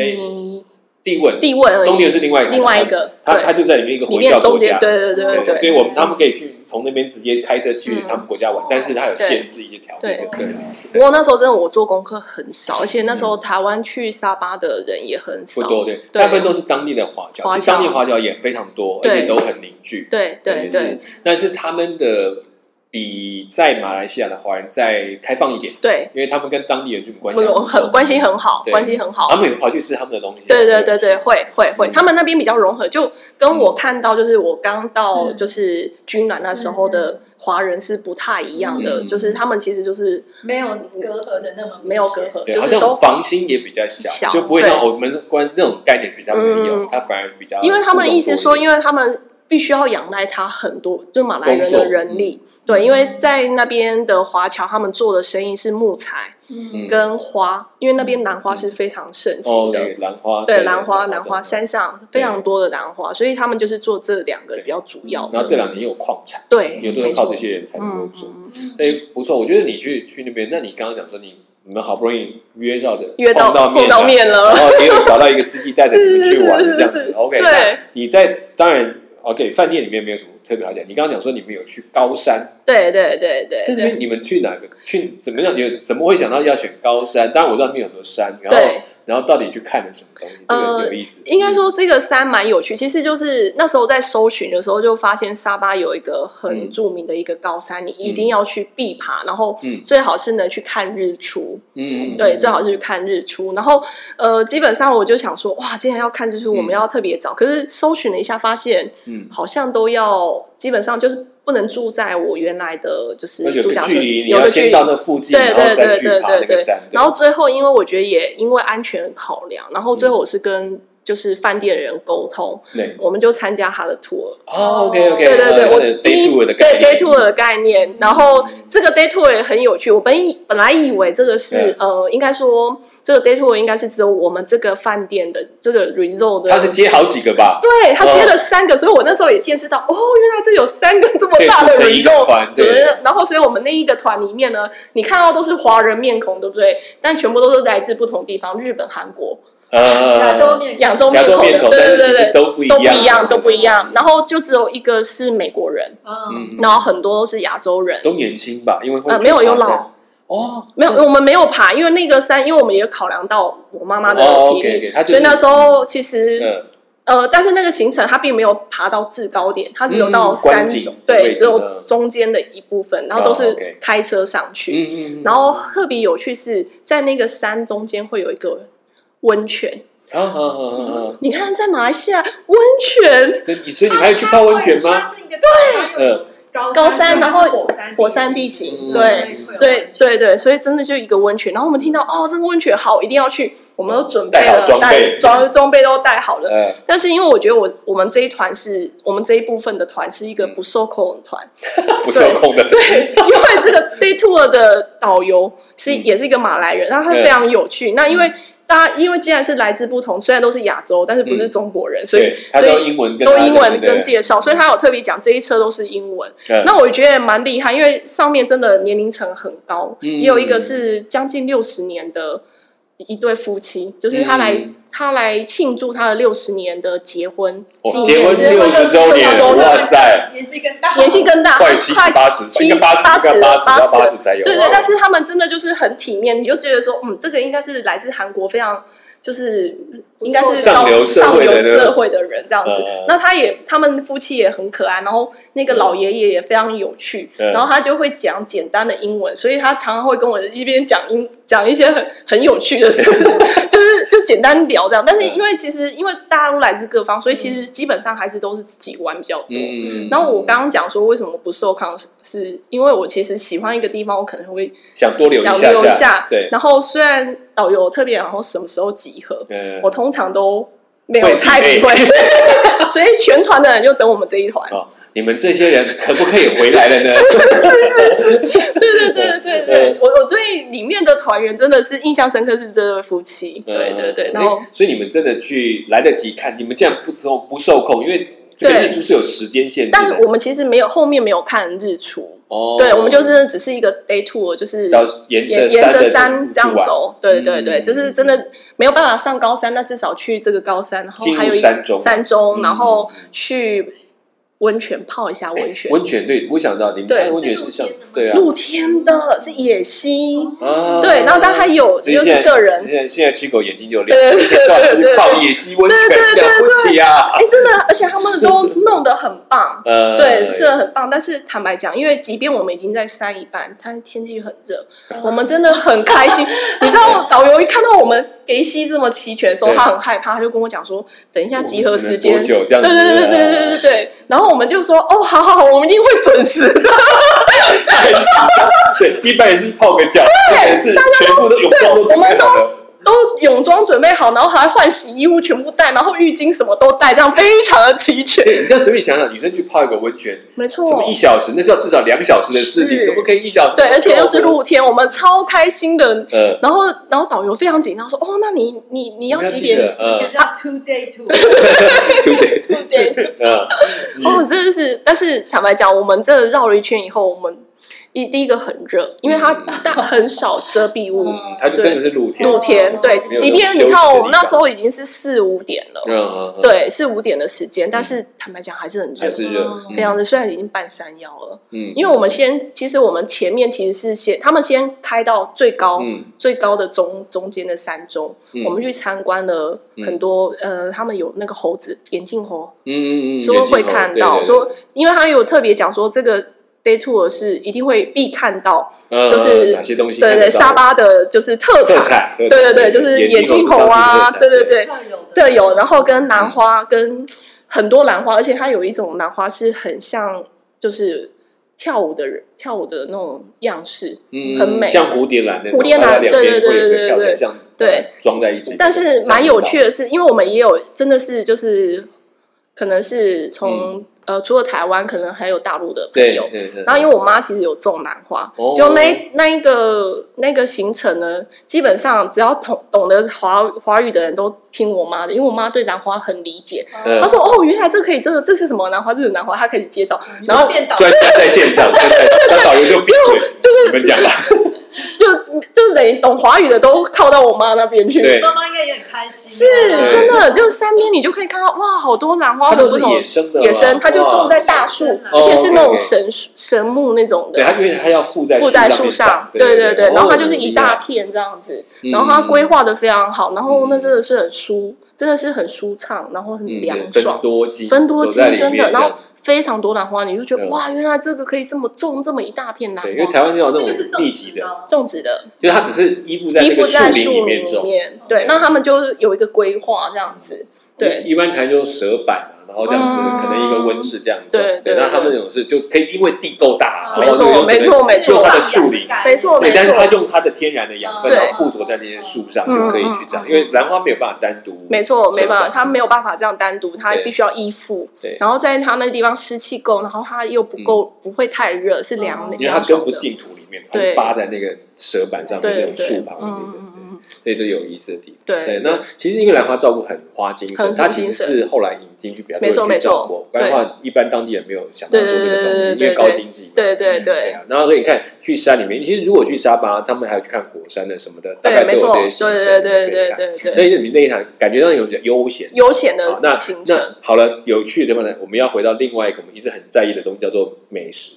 [SPEAKER 1] 地汶，
[SPEAKER 2] 地汶而
[SPEAKER 1] 东
[SPEAKER 2] 已
[SPEAKER 1] 汶，是另外一个，
[SPEAKER 2] 另外一个
[SPEAKER 1] 它
[SPEAKER 2] 对
[SPEAKER 1] 它就在里面一个
[SPEAKER 2] 里
[SPEAKER 1] 回教
[SPEAKER 2] 面中
[SPEAKER 1] 国
[SPEAKER 2] 间
[SPEAKER 1] 家，
[SPEAKER 2] 对对对对
[SPEAKER 1] 对，
[SPEAKER 2] 对。
[SPEAKER 1] 哦所以我们他们可以去从那边直接开车去
[SPEAKER 2] 嗯
[SPEAKER 1] 他们国家玩，但是它有限制一些条件，
[SPEAKER 2] 对
[SPEAKER 1] 对对，
[SPEAKER 2] 不过那时候真的我做功课很少，而且那时候台湾去沙巴的人也很
[SPEAKER 1] 嗯不，
[SPEAKER 2] 少
[SPEAKER 1] 多对，大部分都是当地的华侨，
[SPEAKER 2] 华
[SPEAKER 1] 其
[SPEAKER 2] 侨
[SPEAKER 1] 实当地华侨也非常多，而
[SPEAKER 2] 对
[SPEAKER 1] 且都很凝聚，
[SPEAKER 2] 对对
[SPEAKER 1] 就是
[SPEAKER 2] 对，
[SPEAKER 1] 但是他们的比在马来西亚的华人再开放一点，
[SPEAKER 2] 对，
[SPEAKER 1] 因为他们跟当地人就关
[SPEAKER 2] 我
[SPEAKER 1] 系
[SPEAKER 2] 们
[SPEAKER 1] 很
[SPEAKER 2] 很关系很好，
[SPEAKER 1] 对
[SPEAKER 2] 关系很
[SPEAKER 1] 好，他
[SPEAKER 2] 好。
[SPEAKER 1] 们也跑去吃他们的东西，
[SPEAKER 2] 对对对对，，会会会，
[SPEAKER 1] 嗯
[SPEAKER 2] 他们那边比较融合，就跟我看到就是我刚到
[SPEAKER 3] 嗯
[SPEAKER 2] 就是军南那时候的华人是不太一样的，
[SPEAKER 1] 嗯
[SPEAKER 2] 就是他们其实就是
[SPEAKER 3] 没有隔阂的那么明显
[SPEAKER 2] 没有隔阂，
[SPEAKER 1] 对，
[SPEAKER 2] 就
[SPEAKER 1] 好
[SPEAKER 2] 是
[SPEAKER 1] 像
[SPEAKER 2] 都
[SPEAKER 1] 房心也比较小，
[SPEAKER 2] 小
[SPEAKER 1] 就不会像
[SPEAKER 2] 对
[SPEAKER 1] 我们关那种概念比较没有，
[SPEAKER 2] 嗯
[SPEAKER 1] 他反而比较，
[SPEAKER 2] 因为他们意思说，因
[SPEAKER 1] 为
[SPEAKER 2] 为他们必须要仰赖他很多，就马来人
[SPEAKER 1] 工作嗯
[SPEAKER 2] 的人力。对，因为在那边的华侨，他们做的生意是木材
[SPEAKER 3] 嗯
[SPEAKER 2] 跟花，因为那边兰花是非常盛
[SPEAKER 1] 嗯哦
[SPEAKER 2] 行，的。
[SPEAKER 1] 对兰花，
[SPEAKER 2] 对，兰花，兰
[SPEAKER 1] 种
[SPEAKER 2] 花，山上非常多的兰花，所以他们就是做这两个
[SPEAKER 1] 对嗯
[SPEAKER 2] 比较主要
[SPEAKER 1] 然
[SPEAKER 2] 的。
[SPEAKER 1] 后这两年有矿产，
[SPEAKER 2] 对，
[SPEAKER 1] 有都是
[SPEAKER 2] 没
[SPEAKER 1] 靠
[SPEAKER 2] 错
[SPEAKER 1] 这。些人才能够
[SPEAKER 2] 嗯，
[SPEAKER 1] 做。
[SPEAKER 2] 嗯
[SPEAKER 1] 哎、不错，我觉得你去去那边，那你刚刚讲说你你们好不容易约到的
[SPEAKER 2] 约
[SPEAKER 1] 到
[SPEAKER 2] 到
[SPEAKER 1] 面
[SPEAKER 2] 碰到面了
[SPEAKER 1] 然后也有找到一个司机带着你们
[SPEAKER 2] 是
[SPEAKER 1] 去玩
[SPEAKER 2] 是
[SPEAKER 1] 这样
[SPEAKER 2] 是
[SPEAKER 1] 子
[SPEAKER 2] 是。
[SPEAKER 1] OK，
[SPEAKER 2] 对
[SPEAKER 1] 那你在当然 OK 饭店里面没有什么特别好讲，你刚刚讲说你们有去高山，
[SPEAKER 2] 对对对对
[SPEAKER 1] 在那
[SPEAKER 2] 对
[SPEAKER 1] 边你们去哪个去怎么样？有怎么会想到要选高山？当然我知道那边有很多山，然后
[SPEAKER 2] 对。
[SPEAKER 1] 然后到底去看了什么东西？这个
[SPEAKER 2] 呃
[SPEAKER 1] 有意思。
[SPEAKER 2] 应该说这个山蛮有趣，其实就是那时候在搜寻的时候就发现沙巴有一个很著名的一个高山，你一定要去必爬，然后
[SPEAKER 1] 嗯
[SPEAKER 2] 最好是能去看日出，
[SPEAKER 1] 嗯，嗯，
[SPEAKER 2] 对，
[SPEAKER 1] 嗯
[SPEAKER 2] 最好是去看日出。然后呃，基本上我就想说，哇，既然要看日出，我们要特别早。可是搜寻了一下，发现
[SPEAKER 1] 嗯，
[SPEAKER 2] 好像都要基本上就是不能住在我原来的就是
[SPEAKER 1] 那有
[SPEAKER 2] 度
[SPEAKER 1] 个
[SPEAKER 2] 假
[SPEAKER 1] 距
[SPEAKER 2] 村，
[SPEAKER 1] 离，你
[SPEAKER 2] 有
[SPEAKER 1] 要
[SPEAKER 2] 个距
[SPEAKER 1] 先
[SPEAKER 2] 离
[SPEAKER 1] 到那附近，
[SPEAKER 2] 对
[SPEAKER 1] 然后
[SPEAKER 2] 对
[SPEAKER 1] 再
[SPEAKER 2] 对
[SPEAKER 1] 去爬那
[SPEAKER 2] 对
[SPEAKER 1] 个
[SPEAKER 2] 对
[SPEAKER 1] 山。对
[SPEAKER 2] 然后最后，因为我觉得也因为安全考量，然后最后我是跟就是饭店的人沟通，
[SPEAKER 1] 对，
[SPEAKER 2] 我们就参加他的 tour。
[SPEAKER 1] 哦，OK OK，
[SPEAKER 2] 对对对，我第
[SPEAKER 1] day
[SPEAKER 2] 一
[SPEAKER 1] tour
[SPEAKER 2] 次
[SPEAKER 1] 的
[SPEAKER 2] 对
[SPEAKER 1] 概
[SPEAKER 2] day
[SPEAKER 1] 念嗯
[SPEAKER 2] tour 的概念，然后这个 day tour 也很有趣。我本以本来以为这个
[SPEAKER 1] 对
[SPEAKER 2] 是呃，应该说这个 day tour 应该是只有我们这个饭店的这个 resort 的，
[SPEAKER 1] 他是接好几个吧？
[SPEAKER 2] 对他接了三个，所以我那时候也见识到，哦，原来这有三个这么大
[SPEAKER 1] 可以
[SPEAKER 2] 的
[SPEAKER 1] 组成一个
[SPEAKER 2] resort
[SPEAKER 1] 团对
[SPEAKER 2] 对然后，所以我们那一个团里面呢，你看到都是华人面孔，对不对？但全部都是来自不同地方，日本、韩国、
[SPEAKER 1] 呃，
[SPEAKER 3] 亚洲面
[SPEAKER 2] 亚洲
[SPEAKER 1] 亚洲面
[SPEAKER 2] 面
[SPEAKER 1] 孔，
[SPEAKER 2] 对
[SPEAKER 1] 但是
[SPEAKER 2] 对对
[SPEAKER 1] 其实
[SPEAKER 2] 对，
[SPEAKER 1] 都不一
[SPEAKER 2] 都不一
[SPEAKER 1] 样，
[SPEAKER 2] 样，都不一样。然后就只有一个是美国人，
[SPEAKER 3] 嗯，
[SPEAKER 1] 嗯，
[SPEAKER 2] 然后很多都是亚洲人，
[SPEAKER 1] 都年轻吧，因为会
[SPEAKER 2] 呃没有
[SPEAKER 1] 去爬
[SPEAKER 2] 有老
[SPEAKER 1] 山哦，
[SPEAKER 2] 没有，我们没有爬，因为那个山，因为我们也考量到我妈妈的
[SPEAKER 1] 哦
[SPEAKER 2] 体力，
[SPEAKER 1] ，OK，OK，她就是
[SPEAKER 2] 所以那时候其实、
[SPEAKER 1] 嗯，
[SPEAKER 2] 呃，但是那个行程它并没有爬到制高点，它只有到
[SPEAKER 1] 嗯观
[SPEAKER 2] 山
[SPEAKER 1] 景
[SPEAKER 2] 中、
[SPEAKER 1] 的位
[SPEAKER 2] 对，
[SPEAKER 1] 置
[SPEAKER 2] 只有
[SPEAKER 1] 嗯
[SPEAKER 2] 中间的一部分，然后都
[SPEAKER 1] 哦
[SPEAKER 2] 是
[SPEAKER 1] ，OK
[SPEAKER 2] 开车上去。
[SPEAKER 1] 嗯嗯嗯，
[SPEAKER 2] 然后特别有趣是在那个山中间会有一个温泉，
[SPEAKER 1] 啊啊啊啊啊！
[SPEAKER 2] 你看在马来西亚温泉
[SPEAKER 1] 对，你所以你还有去泡温泉吗？？
[SPEAKER 3] 对嗯高
[SPEAKER 2] 高山然后
[SPEAKER 3] 火山
[SPEAKER 2] 火山地形，
[SPEAKER 1] 嗯
[SPEAKER 2] 对。
[SPEAKER 3] 会有
[SPEAKER 2] 所以
[SPEAKER 3] 温，泉
[SPEAKER 2] 对对，所以真的就一个温泉。然后我们听到哦，这个温泉好，一定要去。我们都准备
[SPEAKER 1] 带好
[SPEAKER 2] 了，
[SPEAKER 1] 装备
[SPEAKER 2] 带装装备都带好了。
[SPEAKER 1] 呃，
[SPEAKER 2] 但是因为我觉得我我们这一团是我们这一部分的团是一个不受控的团，
[SPEAKER 1] 不受控的，
[SPEAKER 2] 因为这个 day tour 的导游是、
[SPEAKER 1] 嗯
[SPEAKER 2] 也是一个马来人，然后他非常有趣。那因为大家因为既然是来自不同，虽然都是亚洲，但是不是中国人，所以
[SPEAKER 1] 对，他
[SPEAKER 2] 所
[SPEAKER 1] 都
[SPEAKER 2] 以
[SPEAKER 1] 英文跟
[SPEAKER 2] 都
[SPEAKER 1] 他
[SPEAKER 2] 英文
[SPEAKER 1] 对
[SPEAKER 2] 跟
[SPEAKER 1] 不对
[SPEAKER 2] 介绍，所以他有特别讲这一车都是英文。
[SPEAKER 1] 嗯
[SPEAKER 2] 那我觉得蛮厉害，因为上面真的年龄层很高，
[SPEAKER 1] 嗯
[SPEAKER 2] 也有一个是将近六十年的一对夫妻，就是他来、
[SPEAKER 1] 嗯
[SPEAKER 2] 他来庆祝他的六十年的结婚纪
[SPEAKER 1] 哦
[SPEAKER 2] 念，
[SPEAKER 1] 结婚
[SPEAKER 3] 结
[SPEAKER 1] 六
[SPEAKER 3] 婚
[SPEAKER 1] 十周
[SPEAKER 3] 60
[SPEAKER 1] 年，
[SPEAKER 3] 周年
[SPEAKER 1] 哇塞，
[SPEAKER 3] 年纪更大，
[SPEAKER 2] 年纪更大，
[SPEAKER 1] 快七
[SPEAKER 2] 七
[SPEAKER 1] 十八十，
[SPEAKER 2] 七
[SPEAKER 1] 应该八十，
[SPEAKER 2] 八
[SPEAKER 1] 应该八
[SPEAKER 2] 八
[SPEAKER 1] 十到八
[SPEAKER 2] 了
[SPEAKER 1] 十才有，啊
[SPEAKER 2] 对对，但是他们真的就是很体面，你就觉得说，嗯，这个应该是来自韩国非常就是应该是
[SPEAKER 1] 上流社
[SPEAKER 2] 上
[SPEAKER 1] 会的
[SPEAKER 2] 流
[SPEAKER 1] 那种
[SPEAKER 2] 社会的人这样子
[SPEAKER 1] 嗯。
[SPEAKER 2] 那他也他们夫妻也很可爱，然后那个老爷爷也非常有趣，
[SPEAKER 1] 嗯
[SPEAKER 2] 然后他就会讲简单的英文，所以他常常会跟我一边讲英讲一些很很有 趣的事，就是就简单聊这样。但是
[SPEAKER 1] 嗯
[SPEAKER 2] 因为其实因为大家都来自各方，所以其实基本上还是都是自己玩比较多。
[SPEAKER 1] 嗯，
[SPEAKER 2] 然后我刚刚讲说为什么不受抗，是因为我其实喜欢一个地方，我可能会
[SPEAKER 1] 想多留一
[SPEAKER 2] 想
[SPEAKER 1] 下
[SPEAKER 2] 留
[SPEAKER 1] 下，对，
[SPEAKER 2] 然后虽然导游特别，然后什么时候集合，
[SPEAKER 1] 嗯
[SPEAKER 2] 我通常都没
[SPEAKER 1] 会
[SPEAKER 2] 有太
[SPEAKER 1] 抵
[SPEAKER 2] 不 会，所以全团的人就等我们这一团。
[SPEAKER 1] 哦，你们这些人可不可以回来了呢？
[SPEAKER 2] 对对对对
[SPEAKER 1] 嗯
[SPEAKER 2] 对，我我对里面的团员真的是印象深刻，是这对夫妻。 对对对，
[SPEAKER 1] 嗯
[SPEAKER 2] 然后
[SPEAKER 1] 诶所以你们真的去来得及看，你们这样不受不受控，因为这个
[SPEAKER 2] 对
[SPEAKER 1] 日出是有时间限制的，
[SPEAKER 2] 但我们其实没有后面没有看日出，
[SPEAKER 1] 哦，
[SPEAKER 2] 对我们就是只是一个 day tour，就是
[SPEAKER 1] 要 沿着
[SPEAKER 2] 沿沿着
[SPEAKER 1] 的
[SPEAKER 2] 山这样
[SPEAKER 1] 去玩，
[SPEAKER 2] 走，对对对，
[SPEAKER 1] 嗯
[SPEAKER 2] 就是真的没有办法上高山，那至少去这个高山，然后
[SPEAKER 1] 进入
[SPEAKER 2] 还有一
[SPEAKER 1] 山中
[SPEAKER 2] 山中，
[SPEAKER 1] 嗯
[SPEAKER 2] 然后去温泉泡一下温泉，
[SPEAKER 1] 温泉对，我想到你们
[SPEAKER 2] 对
[SPEAKER 1] 看温泉是像对啊，
[SPEAKER 2] 露天的是野溪，
[SPEAKER 1] 啊
[SPEAKER 2] 对，然后它还有
[SPEAKER 1] 所以
[SPEAKER 2] 就
[SPEAKER 1] 现
[SPEAKER 2] 是
[SPEAKER 1] 在
[SPEAKER 2] 个人
[SPEAKER 1] 现，在现在七狗眼睛就亮，
[SPEAKER 2] 对 对
[SPEAKER 1] 到
[SPEAKER 2] 对
[SPEAKER 1] 是
[SPEAKER 2] 对
[SPEAKER 1] 泡野溪温泉，
[SPEAKER 2] 对对
[SPEAKER 1] 了不起啊！。
[SPEAKER 2] 哎，真的，而且他们都弄得很棒
[SPEAKER 1] 呃，
[SPEAKER 2] 对，是啊很棒，但是坦白讲，因为即便我们已经在山一半，但天气很热，
[SPEAKER 1] 嗯
[SPEAKER 2] 我们真的很 开心。你知道，导游一看到我们给息这么齐全的时候，
[SPEAKER 1] 对
[SPEAKER 2] 他很害怕，他就跟我讲说，等一下集合时
[SPEAKER 1] 呃我
[SPEAKER 2] 间，
[SPEAKER 1] 们只能多久这
[SPEAKER 2] 对
[SPEAKER 1] 样
[SPEAKER 2] 对
[SPEAKER 1] 子啊
[SPEAKER 2] 对对对对对对。然后我们就说，哦，好好好，我们一定会准时 的。
[SPEAKER 1] 对，一般也是泡个脚，或者是全部都泳装都
[SPEAKER 2] 对
[SPEAKER 1] 准备好
[SPEAKER 2] 我
[SPEAKER 1] 了。
[SPEAKER 2] 都泳装准备好，然后还换洗衣物全部带，然后浴巾什么都带，这样非常的齐全。
[SPEAKER 1] 哎对，你这样随便想想，女生去泡一个温泉，
[SPEAKER 2] 没错，
[SPEAKER 1] 什么一小时，那是要至少两小时的事情，
[SPEAKER 2] 是
[SPEAKER 1] 怎么可以一小时？
[SPEAKER 2] 对，而且又是露天，我们超开心的。
[SPEAKER 1] 呃，
[SPEAKER 2] 然后，然后导游非常紧张说：“哦，那你你你要几
[SPEAKER 1] 记得
[SPEAKER 2] 点
[SPEAKER 1] 呃，
[SPEAKER 3] 叫 two day two，
[SPEAKER 1] 对对对，？”
[SPEAKER 2] 对，
[SPEAKER 1] 呃，
[SPEAKER 2] 哦，真的是。但是坦白讲，我们真的绕了一圈以后，我们一第一个很热，因为它大很少遮蔽物。
[SPEAKER 3] 嗯
[SPEAKER 1] 它就真的是露天，
[SPEAKER 2] 露天对，
[SPEAKER 3] 没有
[SPEAKER 2] 即便
[SPEAKER 1] 休息的
[SPEAKER 2] 你
[SPEAKER 1] 地方
[SPEAKER 2] 看我们那时候已经是四五点了，
[SPEAKER 1] 嗯嗯，嗯，
[SPEAKER 2] 对，四五点的时间，但是坦白讲还是很热
[SPEAKER 1] 还，是热，
[SPEAKER 3] 嗯
[SPEAKER 2] 非常的。虽然已经半山腰了，
[SPEAKER 1] 嗯，
[SPEAKER 2] 哦因为我们先，其实我们前面其实是先，他们先开到最高、
[SPEAKER 1] 嗯
[SPEAKER 2] 最高的中中间的山中，
[SPEAKER 1] 嗯
[SPEAKER 2] 我们去参观了很多、呃，他们有那个猴子眼镜猴，
[SPEAKER 1] 嗯嗯嗯，
[SPEAKER 2] 说会看到，
[SPEAKER 1] 眼睛哦
[SPEAKER 2] 说因为他有特别讲说这个 day tour 是一定会必看到，
[SPEAKER 1] 对对对
[SPEAKER 2] 就
[SPEAKER 1] 呃
[SPEAKER 2] 是
[SPEAKER 1] 哪些东西看
[SPEAKER 2] 对
[SPEAKER 1] 得到，
[SPEAKER 2] 对，沙巴的就是特
[SPEAKER 1] 特
[SPEAKER 2] 产，
[SPEAKER 1] 产，对
[SPEAKER 2] 对对对，就是眼镜猴啊，对对，对，
[SPEAKER 3] 特有的
[SPEAKER 2] 对有，然后跟兰花跟很多兰花，而且它有一种兰花是很像就是跳舞的人跳舞的那种样式，
[SPEAKER 1] 嗯，
[SPEAKER 2] 很美
[SPEAKER 1] 像蝴蝶兰那种，
[SPEAKER 2] 蝴蝶兰
[SPEAKER 1] 它两边
[SPEAKER 2] 对对
[SPEAKER 1] 会有
[SPEAKER 2] 对
[SPEAKER 1] 个
[SPEAKER 2] 对
[SPEAKER 1] 跳绳
[SPEAKER 2] 对
[SPEAKER 1] 这样嗯
[SPEAKER 2] 对
[SPEAKER 1] 装在一起，
[SPEAKER 2] 但是蛮有趣
[SPEAKER 1] 的。
[SPEAKER 2] 的是，因为我们也有真的是就是，可能是从、呃除了台湾，可能还有大陆的朋
[SPEAKER 1] 嗯对
[SPEAKER 2] 友，
[SPEAKER 1] 对对，
[SPEAKER 2] 然后因为我妈其实有种兰花，
[SPEAKER 1] 哦
[SPEAKER 2] 就那那一个那个行程呢，基本上只要懂懂得华华语的人都听我妈的，因为我妈对兰花很理解。
[SPEAKER 1] 嗯
[SPEAKER 2] 她说：“哦，原来这可以，这个这是什么兰花？这是兰花。”她开始介绍，然后
[SPEAKER 3] 变倒
[SPEAKER 1] 专家在现场，对 对，那导游就闭嘴，你们讲吧。
[SPEAKER 2] 就就等于懂华语的都靠到我妈那边去。
[SPEAKER 1] 对
[SPEAKER 3] 妈妈应该也很开心啊，
[SPEAKER 2] 是
[SPEAKER 1] 对
[SPEAKER 2] 真的，就山边你就可以看到哇，好多兰花，
[SPEAKER 1] 它
[SPEAKER 2] 有
[SPEAKER 1] 都
[SPEAKER 2] 这
[SPEAKER 1] 是
[SPEAKER 2] 种
[SPEAKER 1] 野生的嘛，
[SPEAKER 2] 野生，它就
[SPEAKER 1] 哇
[SPEAKER 2] 种在大树
[SPEAKER 3] 野生，啊
[SPEAKER 2] 而且是那
[SPEAKER 1] 哦
[SPEAKER 2] 种
[SPEAKER 1] ，OK，OK
[SPEAKER 2] 神神木那种
[SPEAKER 1] 对，
[SPEAKER 2] 的
[SPEAKER 1] 它。因为它要附在
[SPEAKER 2] 附在树
[SPEAKER 1] 上
[SPEAKER 2] 上，
[SPEAKER 1] 面长，
[SPEAKER 2] 对对对，然后它
[SPEAKER 1] 哦
[SPEAKER 2] 就是一大片这样子，然后它规划的非常好，然后那真的是很舒，真的是很舒畅，然后很
[SPEAKER 1] 嗯
[SPEAKER 2] 凉
[SPEAKER 1] 分
[SPEAKER 2] 爽，
[SPEAKER 1] 多金，
[SPEAKER 2] 分多
[SPEAKER 1] 走
[SPEAKER 2] 金
[SPEAKER 1] 在里
[SPEAKER 2] 真
[SPEAKER 1] 面
[SPEAKER 2] 的，然
[SPEAKER 1] 这
[SPEAKER 2] 后
[SPEAKER 1] 样
[SPEAKER 2] 非常多兰花，你就觉得
[SPEAKER 1] 对
[SPEAKER 2] 哇，原来这个可以这么种这么一大片兰
[SPEAKER 1] 对，因为
[SPEAKER 2] 花，
[SPEAKER 1] 台湾也有那
[SPEAKER 3] 这个是哦
[SPEAKER 1] 种
[SPEAKER 3] 种
[SPEAKER 1] 密集
[SPEAKER 3] 植
[SPEAKER 1] 的，
[SPEAKER 3] 的，
[SPEAKER 2] 种植的
[SPEAKER 1] 就是它只是依附在
[SPEAKER 2] 依
[SPEAKER 1] 那
[SPEAKER 2] 附
[SPEAKER 1] 个
[SPEAKER 2] 在
[SPEAKER 1] 林里
[SPEAKER 2] 树
[SPEAKER 1] 面
[SPEAKER 2] 里
[SPEAKER 1] 种。
[SPEAKER 2] 面，对，那他们就是有一个规划这样子，对，
[SPEAKER 1] 一一般谈就是蛇板啊，然后这样子
[SPEAKER 2] 嗯
[SPEAKER 1] 可能一个温室这样种。
[SPEAKER 2] 对
[SPEAKER 1] 对
[SPEAKER 2] 对
[SPEAKER 1] 那他们有是就可以因为地够大，
[SPEAKER 3] 嗯
[SPEAKER 1] 然后就有
[SPEAKER 2] 没错没错
[SPEAKER 1] 就
[SPEAKER 2] 没错
[SPEAKER 1] 它的树林。
[SPEAKER 2] 没 错
[SPEAKER 1] 对，
[SPEAKER 2] 没
[SPEAKER 1] 但是
[SPEAKER 2] 错嗯
[SPEAKER 1] 它用它的天然的养分，
[SPEAKER 2] 对
[SPEAKER 1] 然后附着在那些树上，就可以去长。
[SPEAKER 3] 嗯嗯嗯
[SPEAKER 1] 因为兰花没有办法单独，
[SPEAKER 2] 没错，没办法，它没
[SPEAKER 1] 有。
[SPEAKER 2] 有办法这样单独，它
[SPEAKER 1] 对
[SPEAKER 2] 必须要依附。
[SPEAKER 1] 对
[SPEAKER 2] 然后在它那个地方湿气够，然后它又不够，不会太热，是凉的。
[SPEAKER 1] 因为它根不进土里面，它
[SPEAKER 2] 对
[SPEAKER 1] 是扒在那个蛇板上面那
[SPEAKER 2] 对
[SPEAKER 1] 种树
[SPEAKER 2] 对，
[SPEAKER 1] 旁边
[SPEAKER 2] 嗯
[SPEAKER 1] 的，
[SPEAKER 2] 嗯嗯，
[SPEAKER 1] 对所以这有意思的地方。
[SPEAKER 2] 对
[SPEAKER 1] 对，那其实因为兰花照顾很花精
[SPEAKER 2] 很
[SPEAKER 1] 神，
[SPEAKER 2] 花
[SPEAKER 1] 它其实
[SPEAKER 2] 精神
[SPEAKER 1] 是后来引进去比较多
[SPEAKER 2] 没
[SPEAKER 1] 人
[SPEAKER 2] 错
[SPEAKER 1] 去
[SPEAKER 2] 没错
[SPEAKER 1] 照顾，不然的话一般当地人没有想到
[SPEAKER 2] 对
[SPEAKER 1] 做这
[SPEAKER 2] 对对
[SPEAKER 1] 个东
[SPEAKER 2] 对
[SPEAKER 1] 西，因为
[SPEAKER 2] 对
[SPEAKER 1] 高经济嘛。
[SPEAKER 2] 对
[SPEAKER 1] 对
[SPEAKER 2] 对对
[SPEAKER 1] 啊，然后所以你看去山里面，其实如果去沙巴，他们还有去看火山啊的什么的，大概
[SPEAKER 2] 对，
[SPEAKER 1] 都
[SPEAKER 2] 没
[SPEAKER 1] 有
[SPEAKER 2] 错，
[SPEAKER 1] 这些行
[SPEAKER 2] 对
[SPEAKER 1] 程
[SPEAKER 2] 对对对
[SPEAKER 1] 可以看。
[SPEAKER 2] 对对，
[SPEAKER 1] 那你那一场感觉到有点悠闲。
[SPEAKER 2] 悠闲的
[SPEAKER 1] 好，那
[SPEAKER 2] 行程
[SPEAKER 1] 那。好了，有趣的地方呢，我们要回到另外一个我们一直很在意的东西，叫做美 食。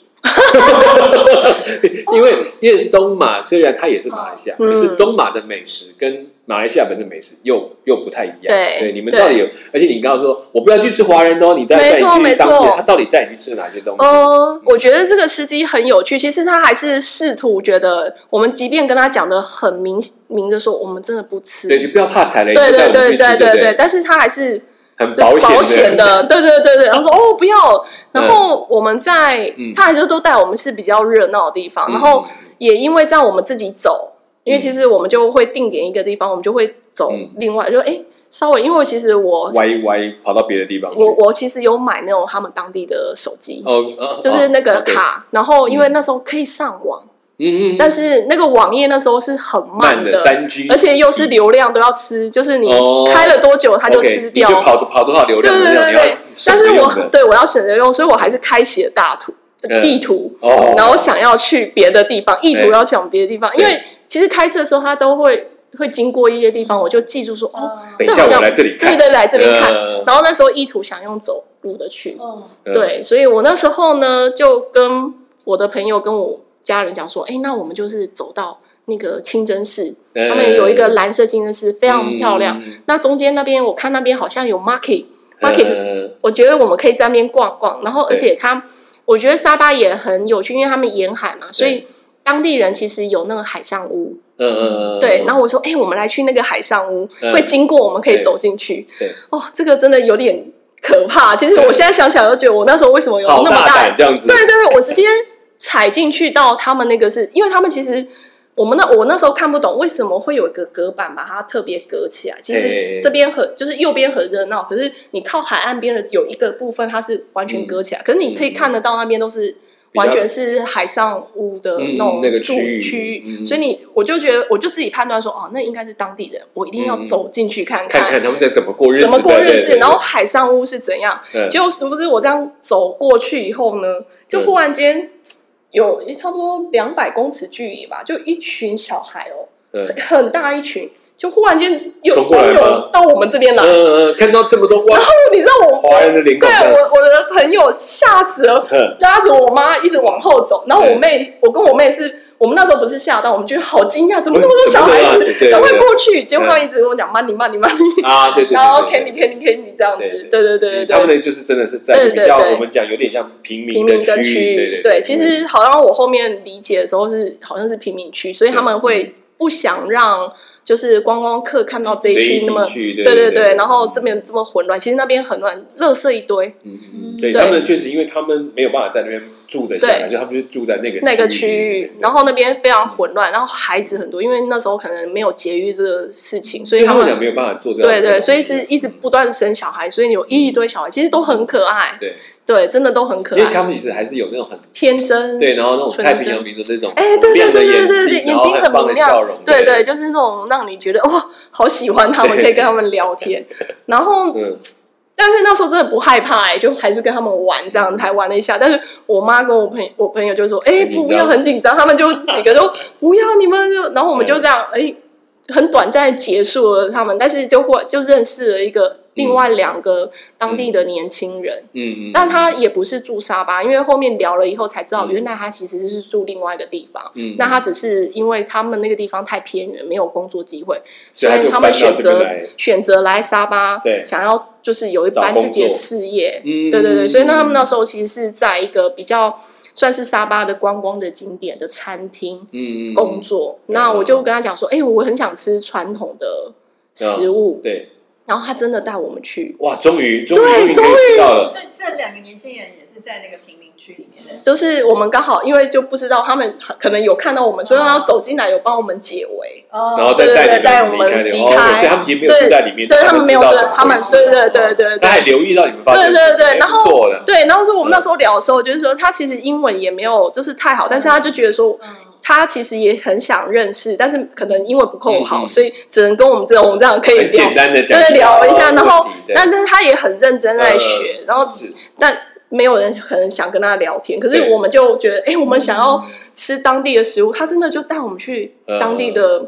[SPEAKER 1] 因为因为东马虽然它也是马来西亚，
[SPEAKER 2] 嗯
[SPEAKER 1] 可是东马的美食跟马来西亚本身的美食又又不太一样。
[SPEAKER 2] 对
[SPEAKER 1] 你们到底有？而且你刚刚说我不要去吃华人的哦，你带带
[SPEAKER 2] 没
[SPEAKER 1] 你
[SPEAKER 2] 错
[SPEAKER 1] 去
[SPEAKER 2] 没
[SPEAKER 1] 当
[SPEAKER 2] 错
[SPEAKER 1] 地，他到底带你去吃哪些东西？
[SPEAKER 2] 呃，我觉得这个司机很有趣。其实他还是试图觉得，我们即便跟他讲的很明明着说，我们真的不吃，
[SPEAKER 1] 对，你不要怕踩雷，
[SPEAKER 2] 对
[SPEAKER 1] 你就带
[SPEAKER 2] 对
[SPEAKER 1] 我们去
[SPEAKER 2] 对
[SPEAKER 1] 吃，
[SPEAKER 2] 对
[SPEAKER 1] 对不
[SPEAKER 2] 对对，，但是他还是
[SPEAKER 1] 很
[SPEAKER 2] 保
[SPEAKER 1] 险
[SPEAKER 2] 险
[SPEAKER 1] 的。
[SPEAKER 2] 的，对对对对。然 后说哦不要，然后我们在
[SPEAKER 1] 嗯
[SPEAKER 2] 他还是都带我们是比较热闹的地方，
[SPEAKER 1] 嗯
[SPEAKER 2] 然后也因为这样我们自己走，因为其实我们就会定点一个地方，我们就会走
[SPEAKER 1] 嗯
[SPEAKER 2] 另外就哎稍微，因为其实我
[SPEAKER 1] 歪歪跑到别的地方去，
[SPEAKER 2] 我我其实有买那种他们当地的手机。
[SPEAKER 1] 哦哦，
[SPEAKER 2] 就是那个
[SPEAKER 1] 哦对
[SPEAKER 2] 卡，然后因为那时候可以上网，
[SPEAKER 1] 嗯嗯嗯，
[SPEAKER 2] 但是那个网页那时候是很
[SPEAKER 1] 慢
[SPEAKER 2] 的，
[SPEAKER 1] 三 G，
[SPEAKER 2] 而且又是流量都要吃，就是你
[SPEAKER 1] 哦
[SPEAKER 2] 开了多久它就
[SPEAKER 1] OK，
[SPEAKER 2] 吃掉，
[SPEAKER 1] 你就跑跑多少流量，
[SPEAKER 2] 对对
[SPEAKER 1] 流量
[SPEAKER 2] 对
[SPEAKER 1] 你要
[SPEAKER 2] 对，但是我对我要省着用，所以我还是开启了大图
[SPEAKER 1] 嗯
[SPEAKER 2] 地图，
[SPEAKER 1] 哦
[SPEAKER 2] 然后想要去别的地方，意图
[SPEAKER 1] 对
[SPEAKER 2] 要想别的地方，因为其实开车的时候它都会会经过一些地方，我就记住说哦，
[SPEAKER 3] 嗯
[SPEAKER 1] 等一下
[SPEAKER 2] 这好像
[SPEAKER 1] 我来这里看
[SPEAKER 2] 对对，来这边看
[SPEAKER 1] 呃，
[SPEAKER 2] 然后那时候意图想用走路的去，
[SPEAKER 3] 嗯，
[SPEAKER 1] 嗯
[SPEAKER 2] 对，所以我那时候呢就跟我的朋友跟我家人讲说，哎，那我们就是走到。那个清真寺，
[SPEAKER 1] 嗯
[SPEAKER 2] 他们有一个蓝色清真寺，非常漂亮。
[SPEAKER 1] 嗯
[SPEAKER 2] 那中间那边，我看那边好像有 market，market
[SPEAKER 1] 呃
[SPEAKER 2] 我觉得我们可以在那边逛逛，然后
[SPEAKER 1] 对
[SPEAKER 2] 而且它，我觉得沙巴也很有趣，因为他们沿海嘛，所以当地人其实有那个海上屋。
[SPEAKER 1] 嗯嗯，
[SPEAKER 2] 对，然后我说，哎、我们来去那个海上屋，
[SPEAKER 1] 嗯
[SPEAKER 2] 会经过，我们可以
[SPEAKER 1] 对
[SPEAKER 2] 走进去。
[SPEAKER 1] 对
[SPEAKER 2] 哦，这个真的有点可怕。其实我现在想起来，都觉得我那时候为什么有
[SPEAKER 1] 好
[SPEAKER 2] 那么
[SPEAKER 1] 大
[SPEAKER 2] 大
[SPEAKER 1] 胆这样子，
[SPEAKER 2] 对对，对，我直接踩进去到他们那个是，因为他们其实我们那我那时候看不懂为什么会有一个隔板把它特别隔起来。其
[SPEAKER 1] 嘿嘿嘿
[SPEAKER 2] 实这边很就是右边很热闹，可是你靠海岸边的有一个部分它是完全隔
[SPEAKER 1] 嗯
[SPEAKER 2] 起来，可是你可以看得到那边都是。
[SPEAKER 1] 较
[SPEAKER 2] 完全是海上屋的
[SPEAKER 1] 嗯嗯
[SPEAKER 2] 那种
[SPEAKER 1] 那个
[SPEAKER 2] 住
[SPEAKER 1] 区域
[SPEAKER 2] 区域，
[SPEAKER 1] 嗯
[SPEAKER 2] 所以你我就觉得，我就自己判断说，哦，那应该是当地人，我一定要
[SPEAKER 1] 嗯嗯
[SPEAKER 2] 走进去看
[SPEAKER 1] 看看他们在怎么过日子，
[SPEAKER 2] 怎么过
[SPEAKER 1] 对
[SPEAKER 2] 日
[SPEAKER 1] 对
[SPEAKER 2] 子，
[SPEAKER 1] 对
[SPEAKER 2] 然后海上屋是怎样，
[SPEAKER 1] 嗯
[SPEAKER 2] 结果殊不知我这样走过去以后呢，就忽然间有差不多两百公尺距离吧，就一群小孩哦，
[SPEAKER 1] 嗯
[SPEAKER 2] 很很大一群，就忽然间又
[SPEAKER 1] 冲过来吗
[SPEAKER 2] 涌到我们这边来。
[SPEAKER 1] 嗯
[SPEAKER 2] 哦，
[SPEAKER 1] 嗯，嗯看到这么多光
[SPEAKER 2] 你知道我
[SPEAKER 1] 华人的脸孔
[SPEAKER 2] 对我我的朋友吓死了
[SPEAKER 1] 嗯，
[SPEAKER 2] 拉着我妈一直往后走，然后我妹，我跟我妹是。我们那时候不是吓到，我们觉得好惊讶，怎么那么多小孩
[SPEAKER 1] 嗯怎么那么多啊对
[SPEAKER 2] 子
[SPEAKER 1] 对
[SPEAKER 2] 赶快
[SPEAKER 1] 对
[SPEAKER 2] 过去？结果他们一直跟我讲慢你慢你慢你，
[SPEAKER 1] 啊，对对对，
[SPEAKER 2] 然后
[SPEAKER 1] 对对
[SPEAKER 2] Kenny Kenny Kenny 这样子，
[SPEAKER 1] 对
[SPEAKER 2] 对对对对
[SPEAKER 1] 他
[SPEAKER 2] 对
[SPEAKER 1] 们。的就是真的是在
[SPEAKER 2] 对
[SPEAKER 1] 比
[SPEAKER 2] 对
[SPEAKER 1] 较
[SPEAKER 2] 对
[SPEAKER 1] 我们讲有点像平
[SPEAKER 2] 平
[SPEAKER 1] 民
[SPEAKER 2] 民
[SPEAKER 1] 区
[SPEAKER 2] 的
[SPEAKER 1] 域，对嗯
[SPEAKER 2] 域，对，其实好像我后面理解的时候是好像是平民区，所以他们会不想让就是观光客看到这一
[SPEAKER 1] 谁
[SPEAKER 2] 区
[SPEAKER 1] 一
[SPEAKER 2] 那么
[SPEAKER 1] 进。去？对
[SPEAKER 2] 对对
[SPEAKER 1] 对
[SPEAKER 2] 对，然后这边这么混乱，其实那边很乱，垃圾一堆。
[SPEAKER 1] 嗯
[SPEAKER 3] 嗯
[SPEAKER 1] 嗯，对
[SPEAKER 2] 对
[SPEAKER 1] 他们确实，因为他们没有办法在那边住得下来，
[SPEAKER 2] 对
[SPEAKER 1] 所以他们就住在那个
[SPEAKER 2] 那个
[SPEAKER 1] 区
[SPEAKER 2] 区域，然后那边非常混乱，然后孩子很多，因为那时候可能没有节育这个事情，所以
[SPEAKER 1] 对他
[SPEAKER 2] 他
[SPEAKER 1] 们
[SPEAKER 2] 们
[SPEAKER 1] 俩没有办法做这样
[SPEAKER 2] 对
[SPEAKER 1] 的
[SPEAKER 2] 对，
[SPEAKER 1] 东西
[SPEAKER 2] 所以是一直不断生小孩，所以有一堆小孩，其实都很可爱，
[SPEAKER 1] 对，
[SPEAKER 2] 对，真的都很可
[SPEAKER 1] 嗯因为他
[SPEAKER 2] 爱，
[SPEAKER 1] 们其实还是有那种很
[SPEAKER 2] 天真，
[SPEAKER 1] 对，然后那种
[SPEAKER 2] 纯
[SPEAKER 1] 太平
[SPEAKER 2] 真
[SPEAKER 1] 洋民族这种
[SPEAKER 2] 哎，对
[SPEAKER 1] 明
[SPEAKER 2] 对
[SPEAKER 1] 亮的
[SPEAKER 2] 对对
[SPEAKER 1] 眼
[SPEAKER 2] 对对，
[SPEAKER 1] 睛，然
[SPEAKER 2] 眼
[SPEAKER 1] 后
[SPEAKER 2] 睛
[SPEAKER 1] 很棒
[SPEAKER 2] 明
[SPEAKER 1] 的
[SPEAKER 2] 亮
[SPEAKER 1] 笑容，，
[SPEAKER 2] 对对，就是那种让你觉得哇，好喜欢他们，可以跟他们聊天，然后
[SPEAKER 1] 嗯，
[SPEAKER 2] 但是那时候真的不害怕、欸，就还是跟他们玩这样，还玩了一下。但是我妈跟我朋我朋友就说：“哎、
[SPEAKER 1] 很紧张
[SPEAKER 2] 不要，很紧张。”他们 就几个都不要你们就，然后我们就
[SPEAKER 1] 嗯
[SPEAKER 2] 这样，哎、很短暂地结束了他们，但是就会就认识了一个另外两个当地的年轻人。
[SPEAKER 1] 嗯嗯，
[SPEAKER 2] 但他也不是住沙巴，因为后面聊了以后才知道，
[SPEAKER 1] 嗯
[SPEAKER 2] 原来他其实是住另外一个地方。
[SPEAKER 1] 嗯
[SPEAKER 2] 那他只是因为他们那个地方太偏远，没有工作机会，
[SPEAKER 1] 所以
[SPEAKER 2] 所
[SPEAKER 1] 他
[SPEAKER 2] 以
[SPEAKER 1] 就
[SPEAKER 2] 他
[SPEAKER 1] 搬
[SPEAKER 2] 们
[SPEAKER 1] 到
[SPEAKER 2] 选
[SPEAKER 1] 这边
[SPEAKER 2] 择
[SPEAKER 1] 来，
[SPEAKER 2] 选择来沙巴，
[SPEAKER 1] 对
[SPEAKER 2] 想要就是有一
[SPEAKER 1] 找
[SPEAKER 2] 番
[SPEAKER 1] 工
[SPEAKER 2] 自
[SPEAKER 1] 作
[SPEAKER 2] 己的事业，
[SPEAKER 1] 嗯
[SPEAKER 2] 对对对，所以那他们那时候其实是在一个比较算是沙巴的观光的景点的餐厅
[SPEAKER 1] 嗯嗯
[SPEAKER 2] 工
[SPEAKER 1] 嗯，
[SPEAKER 2] 作。
[SPEAKER 1] 嗯嗯
[SPEAKER 2] 那我就跟他讲说，哎、我很想吃传统的食物，
[SPEAKER 1] 对，
[SPEAKER 2] 然后他真的带我们去，
[SPEAKER 1] 哇，终于终
[SPEAKER 2] 对
[SPEAKER 1] 于终于可
[SPEAKER 2] 终于
[SPEAKER 1] 以知道了，
[SPEAKER 3] 所以这两个年轻人也是在那个贫民区里面的，
[SPEAKER 2] 就是我们刚好因为就不知道他们可能有看到我们，所以
[SPEAKER 1] 啊
[SPEAKER 2] 他要走进来有帮我们解围。
[SPEAKER 3] 哦
[SPEAKER 1] 然后再带
[SPEAKER 2] 对对带
[SPEAKER 1] 你们
[SPEAKER 2] 我们
[SPEAKER 1] 离开的，
[SPEAKER 2] 离
[SPEAKER 1] 哦，
[SPEAKER 2] 开
[SPEAKER 1] 对所以他们其实没有住在里面，
[SPEAKER 2] 对
[SPEAKER 1] 但
[SPEAKER 2] 他
[SPEAKER 1] 们
[SPEAKER 2] 们没有
[SPEAKER 1] 知道
[SPEAKER 2] 住
[SPEAKER 1] 怎么
[SPEAKER 2] 他们
[SPEAKER 1] 回事哦
[SPEAKER 2] 对对对对对
[SPEAKER 1] 他还留意到你们发生
[SPEAKER 2] 对
[SPEAKER 1] 的事
[SPEAKER 2] 对
[SPEAKER 1] 情
[SPEAKER 2] 对，然后
[SPEAKER 1] 不错的，
[SPEAKER 2] 对，然后说我们那时候聊的时候，就是说他其实英文也没有就是太好，但是他就觉得说
[SPEAKER 3] 嗯，
[SPEAKER 2] 他其实也很想认识，但是可能英文不够
[SPEAKER 1] 嗯
[SPEAKER 2] 好，
[SPEAKER 1] 嗯
[SPEAKER 2] 所以只能跟我们这种这样可以
[SPEAKER 1] 很
[SPEAKER 2] 聊
[SPEAKER 1] 简，单的讲，哦
[SPEAKER 2] 对聊一下，然后
[SPEAKER 1] 对呃
[SPEAKER 2] 但但是他也很认真在学，然后
[SPEAKER 1] 是
[SPEAKER 2] 但没有人可能想跟他聊天，可是
[SPEAKER 1] 对
[SPEAKER 2] 我们就觉得，哎、我们想要吃当地的食物，他真的就带我们去
[SPEAKER 1] 嗯
[SPEAKER 2] 当地的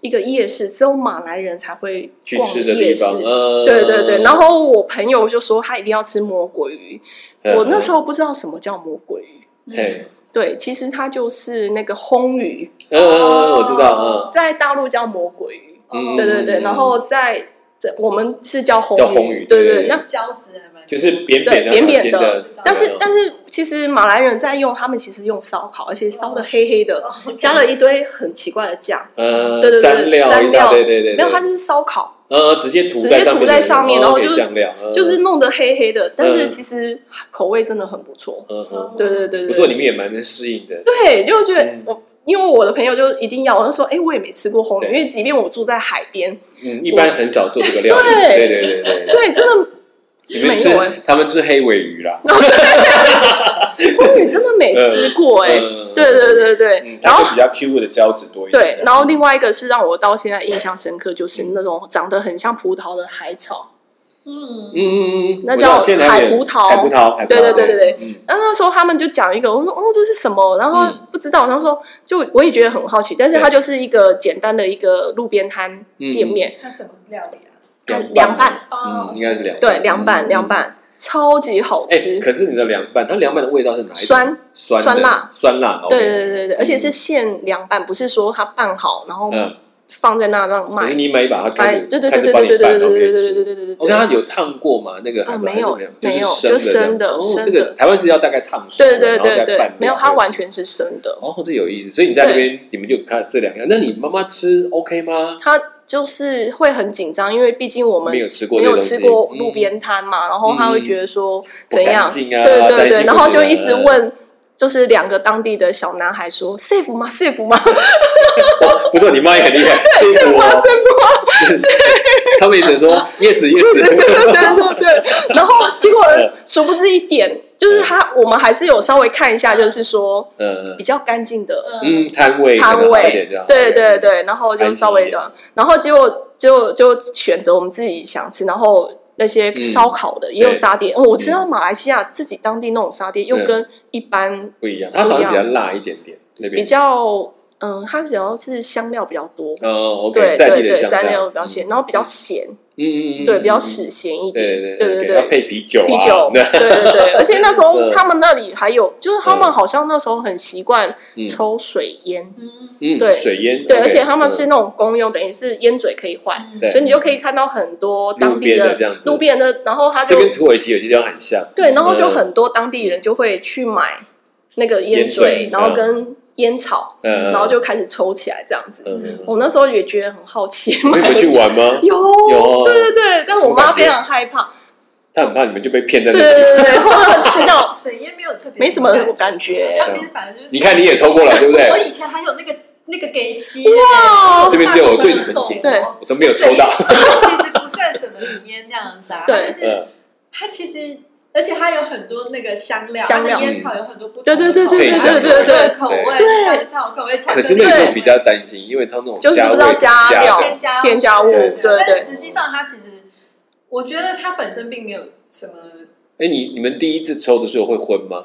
[SPEAKER 2] 一个夜市，只有马来人才会
[SPEAKER 1] 去
[SPEAKER 2] 逛
[SPEAKER 1] 吃的地
[SPEAKER 2] 夜市。
[SPEAKER 1] 方，呃，
[SPEAKER 2] 对对对，然后我朋友就说他一定要吃魔鬼鱼，
[SPEAKER 1] 嗯
[SPEAKER 2] 我那时候不知道什么叫魔鬼鱼。
[SPEAKER 1] 嘿，
[SPEAKER 2] 对，其实它就是那个烘鱼，
[SPEAKER 1] 嗯嗯，我知道，
[SPEAKER 2] 在大陆叫魔鬼鱼，
[SPEAKER 1] 嗯，嗯
[SPEAKER 2] 对对对，
[SPEAKER 1] 嗯
[SPEAKER 2] 然后在这我们是叫烘
[SPEAKER 1] 叫烘鱼
[SPEAKER 2] 对
[SPEAKER 1] 对
[SPEAKER 2] 对，
[SPEAKER 1] 对
[SPEAKER 2] 那
[SPEAKER 3] 胶质还蛮
[SPEAKER 1] 就是扁
[SPEAKER 2] 对
[SPEAKER 1] 的、
[SPEAKER 2] 扁扁
[SPEAKER 1] 尖
[SPEAKER 2] 的
[SPEAKER 1] 的，
[SPEAKER 2] 但是
[SPEAKER 1] 嗯
[SPEAKER 2] 但是其实马来人在用，他们其实用烧烤，而且烧的黑黑的，
[SPEAKER 3] 哦
[SPEAKER 2] 加了一堆很奇怪的酱，
[SPEAKER 1] 呃，
[SPEAKER 2] 对对对
[SPEAKER 1] 蘸料一大
[SPEAKER 2] 蘸料
[SPEAKER 1] 对对对，
[SPEAKER 2] 没有，它
[SPEAKER 1] 就
[SPEAKER 2] 就是烧烤，
[SPEAKER 1] 呃直接涂
[SPEAKER 2] 直
[SPEAKER 1] 在
[SPEAKER 2] 接涂
[SPEAKER 1] 面
[SPEAKER 2] 在
[SPEAKER 1] 的
[SPEAKER 2] 上面
[SPEAKER 1] 哦
[SPEAKER 2] 然后
[SPEAKER 1] 可以
[SPEAKER 2] 就是
[SPEAKER 1] 酱料，嗯
[SPEAKER 2] 就是弄得黑黑的，但是
[SPEAKER 1] 嗯
[SPEAKER 2] 其实口味真的很不错。
[SPEAKER 1] 嗯嗯，
[SPEAKER 2] 对对对
[SPEAKER 1] 不错，
[SPEAKER 2] 对，
[SPEAKER 1] 你们也蛮能适应的，
[SPEAKER 2] 对，就觉得
[SPEAKER 1] 嗯
[SPEAKER 2] 我。因为我的朋友就一定要，我就说，哎、我也没吃过红鱼，
[SPEAKER 1] 对
[SPEAKER 2] 因为即便我住在海边，
[SPEAKER 1] 嗯，一般很少做这个料理，对对
[SPEAKER 2] 对
[SPEAKER 1] 对对对，
[SPEAKER 2] 对，真的
[SPEAKER 1] 你们吃
[SPEAKER 2] 没有哎
[SPEAKER 1] 他们吃黑尾鱼啦，
[SPEAKER 2] 红鱼真的没吃过、哎、
[SPEAKER 1] 嗯
[SPEAKER 2] 对对对对，
[SPEAKER 1] 嗯，它
[SPEAKER 2] 然后
[SPEAKER 1] 就比较 Q 的胶质多一点，
[SPEAKER 2] 对，然后另外一个是让我到现在印象深刻，就是那种长得很像葡萄的海草。
[SPEAKER 3] 嗯
[SPEAKER 1] 嗯嗯嗯，
[SPEAKER 2] 那
[SPEAKER 1] 我
[SPEAKER 2] 叫
[SPEAKER 1] 到现在还有
[SPEAKER 2] 海葡萄
[SPEAKER 1] 海葡萄，海葡萄
[SPEAKER 2] 对对对对对，
[SPEAKER 1] 嗯
[SPEAKER 2] 然后那时候他们就讲一个，我说哦这是什么？然后
[SPEAKER 1] 嗯
[SPEAKER 2] 不知道，然后说就我也觉得很好奇，但是它
[SPEAKER 1] 对
[SPEAKER 2] 就是一个简单的一个路边摊
[SPEAKER 1] 嗯
[SPEAKER 2] 店面，
[SPEAKER 3] 它怎么料理啊？
[SPEAKER 2] 它
[SPEAKER 1] 凉
[SPEAKER 2] 凉
[SPEAKER 1] 拌
[SPEAKER 2] 拌，
[SPEAKER 1] 嗯，应该是凉拌，
[SPEAKER 2] 哦对，凉拌
[SPEAKER 1] 嗯
[SPEAKER 2] 凉。拌超级好
[SPEAKER 1] 哎，
[SPEAKER 2] 吃，
[SPEAKER 1] 可是你的凉拌，它凉拌的味道是哪一种？
[SPEAKER 2] 酸
[SPEAKER 1] 酸的
[SPEAKER 2] 酸辣
[SPEAKER 1] 酸辣，
[SPEAKER 2] 对
[SPEAKER 1] OK
[SPEAKER 2] 对对对对，而且是现凉拌，不是说它拌好然后
[SPEAKER 1] 嗯，
[SPEAKER 2] 放在那让
[SPEAKER 1] 可是
[SPEAKER 2] 卖，
[SPEAKER 1] 你买一把，它开
[SPEAKER 2] 哎
[SPEAKER 1] 始
[SPEAKER 2] 对对
[SPEAKER 1] 开
[SPEAKER 2] 对
[SPEAKER 1] 始
[SPEAKER 2] 对
[SPEAKER 1] 帮你
[SPEAKER 2] 对对对
[SPEAKER 1] 拌，然
[SPEAKER 2] 对
[SPEAKER 1] 后可
[SPEAKER 2] 对
[SPEAKER 1] 以
[SPEAKER 2] 对
[SPEAKER 1] 吃
[SPEAKER 2] 对。对对对
[SPEAKER 1] 哦，
[SPEAKER 2] 对，
[SPEAKER 1] 那它有烫过吗？那个海
[SPEAKER 2] 呃
[SPEAKER 1] 螺还
[SPEAKER 2] 没有
[SPEAKER 1] 是没
[SPEAKER 2] 没有
[SPEAKER 1] 有，就
[SPEAKER 2] 就是生的
[SPEAKER 1] 的。哦，
[SPEAKER 2] 生
[SPEAKER 1] 这个
[SPEAKER 2] 的
[SPEAKER 1] 台湾是要大概烫熟，
[SPEAKER 2] 对对
[SPEAKER 1] 然后再
[SPEAKER 2] 对对
[SPEAKER 1] 拌，
[SPEAKER 2] 没有，
[SPEAKER 1] 料
[SPEAKER 2] 它完
[SPEAKER 1] 这样
[SPEAKER 2] 全是生的，
[SPEAKER 1] 哦，这有意思。所以你在那边，你们就看这两样。那你妈妈吃 OK 吗？
[SPEAKER 2] 它就是会很紧张，因为毕竟我们
[SPEAKER 1] 没有吃过
[SPEAKER 2] 没
[SPEAKER 1] 这
[SPEAKER 2] 有
[SPEAKER 1] 个东西，嗯
[SPEAKER 2] 吃过路边摊嘛，然后他会觉得说怎样，
[SPEAKER 1] 不干净啊
[SPEAKER 2] 对
[SPEAKER 1] 担
[SPEAKER 2] 对
[SPEAKER 1] 心
[SPEAKER 2] 对，然后就一直
[SPEAKER 1] 不行啊
[SPEAKER 2] 问，就是两个当地的小男孩说 safe 吗？safe 吗？
[SPEAKER 1] 嗯。 不错，你妈也很厉 害，说服
[SPEAKER 2] safe
[SPEAKER 1] 我。
[SPEAKER 2] 吗？
[SPEAKER 1] 他们一直 说 yes
[SPEAKER 2] 对对
[SPEAKER 1] yes。
[SPEAKER 2] 对对对，然后结果殊不知一点，就是他我们还是有稍微看一下，就是说
[SPEAKER 1] 嗯
[SPEAKER 2] 比较干净的
[SPEAKER 1] 嗯，摊位可
[SPEAKER 2] 摊
[SPEAKER 1] 能好一点
[SPEAKER 2] 位
[SPEAKER 1] 这样，
[SPEAKER 2] 对对。对，然后就
[SPEAKER 1] 安
[SPEAKER 2] 稍
[SPEAKER 1] 心一
[SPEAKER 2] 微
[SPEAKER 1] 点
[SPEAKER 2] 的，然后结果就就选择我们自己想吃，然后那些烧烤的也有
[SPEAKER 1] 嗯对
[SPEAKER 2] 沙爹，哦我知道马来西亚自己当地那种沙爹又
[SPEAKER 1] 嗯
[SPEAKER 2] 跟一般
[SPEAKER 1] 不一样，它好像比较辣一点点，那边
[SPEAKER 2] 比较，嗯，它主要是香料比较多。
[SPEAKER 1] 嗯 OK
[SPEAKER 2] 对
[SPEAKER 1] 在
[SPEAKER 2] 对
[SPEAKER 1] 地的
[SPEAKER 2] 对，
[SPEAKER 1] 香
[SPEAKER 2] 在那
[SPEAKER 1] 料
[SPEAKER 2] 种比较咸，然后比较咸，
[SPEAKER 1] 嗯嗯嗯，
[SPEAKER 2] 对，比较
[SPEAKER 1] 实，
[SPEAKER 2] 死咸一点，
[SPEAKER 1] 对
[SPEAKER 2] 对
[SPEAKER 1] 对
[SPEAKER 2] 对
[SPEAKER 1] 要，配啤酒
[SPEAKER 2] 啤
[SPEAKER 1] 啊，
[SPEAKER 2] 酒，
[SPEAKER 1] 那
[SPEAKER 2] 对 对对，而且那时候
[SPEAKER 1] 嗯
[SPEAKER 2] 他们那里还有，就是他们
[SPEAKER 1] 嗯
[SPEAKER 2] 好像那时候很习惯
[SPEAKER 1] 嗯
[SPEAKER 2] 抽水烟，
[SPEAKER 3] 嗯
[SPEAKER 1] 嗯
[SPEAKER 2] 对
[SPEAKER 1] 水烟，
[SPEAKER 2] 对，
[SPEAKER 1] OK，
[SPEAKER 2] 而且他们
[SPEAKER 1] 嗯
[SPEAKER 2] 是那种公用，等于是烟嘴可以换，
[SPEAKER 1] 对
[SPEAKER 2] 所以你就可以看到很多
[SPEAKER 1] 路
[SPEAKER 2] 当地
[SPEAKER 1] 边的这样子
[SPEAKER 2] 路边的，然后他
[SPEAKER 1] 这
[SPEAKER 2] 就
[SPEAKER 1] 跟土耳其有些地方很像，
[SPEAKER 2] 对，然后就
[SPEAKER 1] 嗯
[SPEAKER 2] 很多当地人就会去买那个烟
[SPEAKER 1] 烟嘴
[SPEAKER 2] 然后
[SPEAKER 1] 嗯
[SPEAKER 2] 跟烟草，
[SPEAKER 1] 嗯
[SPEAKER 2] 然后就开始抽起来这样子。
[SPEAKER 1] 嗯，嗯 嗯
[SPEAKER 2] 我那时候也觉得很好奇，
[SPEAKER 1] 你们有去玩 吗？
[SPEAKER 2] 有
[SPEAKER 1] 有
[SPEAKER 2] 对对对，但
[SPEAKER 1] 什么
[SPEAKER 2] 我妈
[SPEAKER 1] 感觉
[SPEAKER 2] 非常害怕，
[SPEAKER 1] 他很怕 你们就被骗在那
[SPEAKER 2] 对
[SPEAKER 1] 里。
[SPEAKER 2] 对对 对，我妈吃到
[SPEAKER 3] 水烟没有特别，
[SPEAKER 2] 没什么感觉
[SPEAKER 3] 它。其实反而就是
[SPEAKER 1] 你看你也抽过了，对不对
[SPEAKER 3] 我？以前还有那个那个给吸，
[SPEAKER 2] 哇
[SPEAKER 1] 这边只有我最纯洁
[SPEAKER 2] 对
[SPEAKER 1] 我都没有抽到。
[SPEAKER 3] 水烟其实不算什么浓烟那样子啊，它
[SPEAKER 2] 对
[SPEAKER 3] 就 是
[SPEAKER 1] 嗯，
[SPEAKER 3] 它其实。而且它有很多那个香料，
[SPEAKER 2] 香料
[SPEAKER 3] 它的烟草有很多不同
[SPEAKER 2] 对
[SPEAKER 3] 的
[SPEAKER 2] 对对对
[SPEAKER 1] 对对对对
[SPEAKER 3] 对口
[SPEAKER 2] 对
[SPEAKER 3] 味，香草口味，
[SPEAKER 1] 可是那
[SPEAKER 3] 巧克力
[SPEAKER 1] 个
[SPEAKER 2] 对
[SPEAKER 1] 就比较担心，因为他那种
[SPEAKER 2] 就是
[SPEAKER 1] 加
[SPEAKER 2] 不
[SPEAKER 1] 味
[SPEAKER 2] 知道加
[SPEAKER 1] 加
[SPEAKER 2] 料
[SPEAKER 1] 的
[SPEAKER 3] 添加
[SPEAKER 2] 添加物
[SPEAKER 3] 对
[SPEAKER 1] 对
[SPEAKER 2] 对
[SPEAKER 3] 但实际上它其实，我觉得它本身并没有什么
[SPEAKER 1] 哎，你你们第一次抽的时候会昏吗？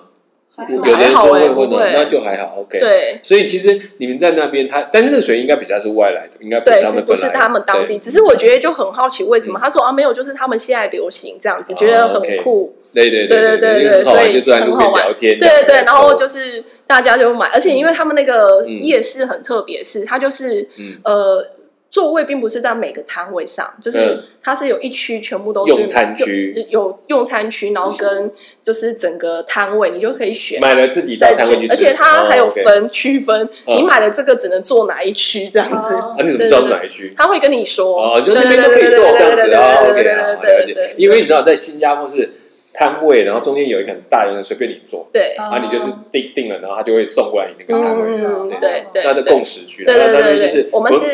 [SPEAKER 3] 还
[SPEAKER 1] 有
[SPEAKER 3] 好。
[SPEAKER 1] 的人说会
[SPEAKER 2] 还好哎
[SPEAKER 1] 昏
[SPEAKER 2] 不
[SPEAKER 1] 的
[SPEAKER 2] 会，
[SPEAKER 1] 那就还好，OK。
[SPEAKER 2] 对
[SPEAKER 1] 所以其实你们在那边，他但是那个水应该比较是外来的，应该不
[SPEAKER 2] 对，
[SPEAKER 1] 他
[SPEAKER 2] 是
[SPEAKER 1] 们
[SPEAKER 2] 不
[SPEAKER 1] 本
[SPEAKER 2] 是
[SPEAKER 1] 来的。
[SPEAKER 2] 他们当地？
[SPEAKER 1] 对嗯
[SPEAKER 2] 只是我觉得就很好奇为什么他说啊没有，就是他们现在流行这样子，觉得
[SPEAKER 1] 哦，OK
[SPEAKER 2] 很酷。
[SPEAKER 1] 对对对，
[SPEAKER 2] 对对对
[SPEAKER 1] 因为很好
[SPEAKER 2] 所
[SPEAKER 1] 玩，
[SPEAKER 2] 以
[SPEAKER 1] 就坐在路
[SPEAKER 2] 很
[SPEAKER 1] 边
[SPEAKER 2] 好玩
[SPEAKER 1] 聊天。
[SPEAKER 2] 对对，然后就是是大家就买，而且因为他们那个
[SPEAKER 1] 嗯
[SPEAKER 2] 夜市很特别，是它就是
[SPEAKER 1] 嗯
[SPEAKER 2] 呃座位并不是在每个摊位上，就
[SPEAKER 1] 嗯
[SPEAKER 2] 是它是有一区全部都是
[SPEAKER 1] 用餐区
[SPEAKER 2] 有有用餐区，然后跟就是整个摊位你就可以选。
[SPEAKER 1] 买了自己到
[SPEAKER 2] 在
[SPEAKER 1] 摊
[SPEAKER 2] 做
[SPEAKER 1] 位去吃，
[SPEAKER 2] 而且它还有
[SPEAKER 1] 哦，OK
[SPEAKER 2] 分区分，
[SPEAKER 1] 嗯
[SPEAKER 2] 你买了这个只能坐哪一区这样子，
[SPEAKER 3] 哦
[SPEAKER 1] 啊，你怎么知道是哪一区？
[SPEAKER 2] 他会跟你说，
[SPEAKER 1] 哦，就那边都可以做这样子啊，OK 啊，了解。因为你知道，在新加坡是摊位，然后中间有一个很大的，随便你坐，
[SPEAKER 2] 对，
[SPEAKER 1] 然后啊你
[SPEAKER 3] 哦
[SPEAKER 1] 就是定定了，然后他就会送过来你那个摊位。
[SPEAKER 2] 哦嗯，对对，
[SPEAKER 1] 那的共识区，那边就是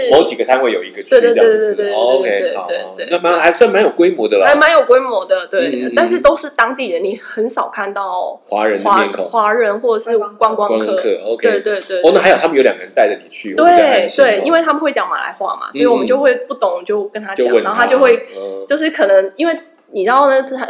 [SPEAKER 1] 某几个摊位有一个区这样子，OK，好，哦那蛮还算蛮有规模的
[SPEAKER 2] 还
[SPEAKER 1] 啦，
[SPEAKER 2] 蛮有规模的，
[SPEAKER 1] 嗯嗯嗯
[SPEAKER 2] 对，但是都是当地人，你很少看到
[SPEAKER 1] 华人的
[SPEAKER 2] 华
[SPEAKER 1] 面孔，
[SPEAKER 2] 华人或者是观
[SPEAKER 1] 观
[SPEAKER 2] 光
[SPEAKER 1] 光
[SPEAKER 2] 客，
[SPEAKER 1] 客，OK，
[SPEAKER 2] 对对对
[SPEAKER 1] 哦，那还有他们有两个人带着你去，
[SPEAKER 2] 对对，因为他们会讲马来话嘛，所以我们就会不懂就跟他
[SPEAKER 1] 就
[SPEAKER 2] 讲，
[SPEAKER 1] 问，嗯
[SPEAKER 2] 然后他就会就是可能因为你知道呢，他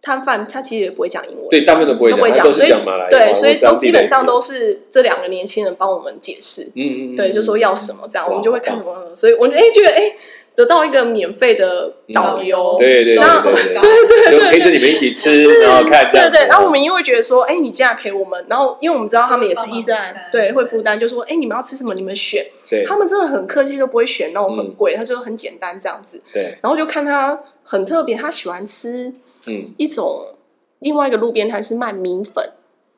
[SPEAKER 2] 摊贩他其实也不会讲英文，
[SPEAKER 1] 对，大部分都不会讲，都是讲马来话，
[SPEAKER 2] 对，所以都基本上都是这两个年轻人帮我们解释，
[SPEAKER 1] 嗯，
[SPEAKER 2] 对，就说要什么这样，
[SPEAKER 1] 哇
[SPEAKER 2] 我们就会看什么，所以我哎觉得哎得到一个免费的导游，
[SPEAKER 1] 对对对对对，就陪着你们一起吃，然后看这
[SPEAKER 2] 哦嗯对
[SPEAKER 1] 样，
[SPEAKER 2] 对，然后我们因为觉得说，哎，你竟然陪我们，然后因为我们知道他们也是伊斯兰
[SPEAKER 3] 就会帮忙负担，
[SPEAKER 2] 对，会负担，就说，哎，你们要吃什么，你们选。
[SPEAKER 1] 对
[SPEAKER 2] 他们真的很客气，都不会选那种
[SPEAKER 1] 嗯
[SPEAKER 2] 很贵，他就很简单这样子。
[SPEAKER 1] 对，
[SPEAKER 2] 然后就看他很特别，他喜欢吃
[SPEAKER 1] 嗯，
[SPEAKER 2] 一种另外一个路边摊是卖米粉，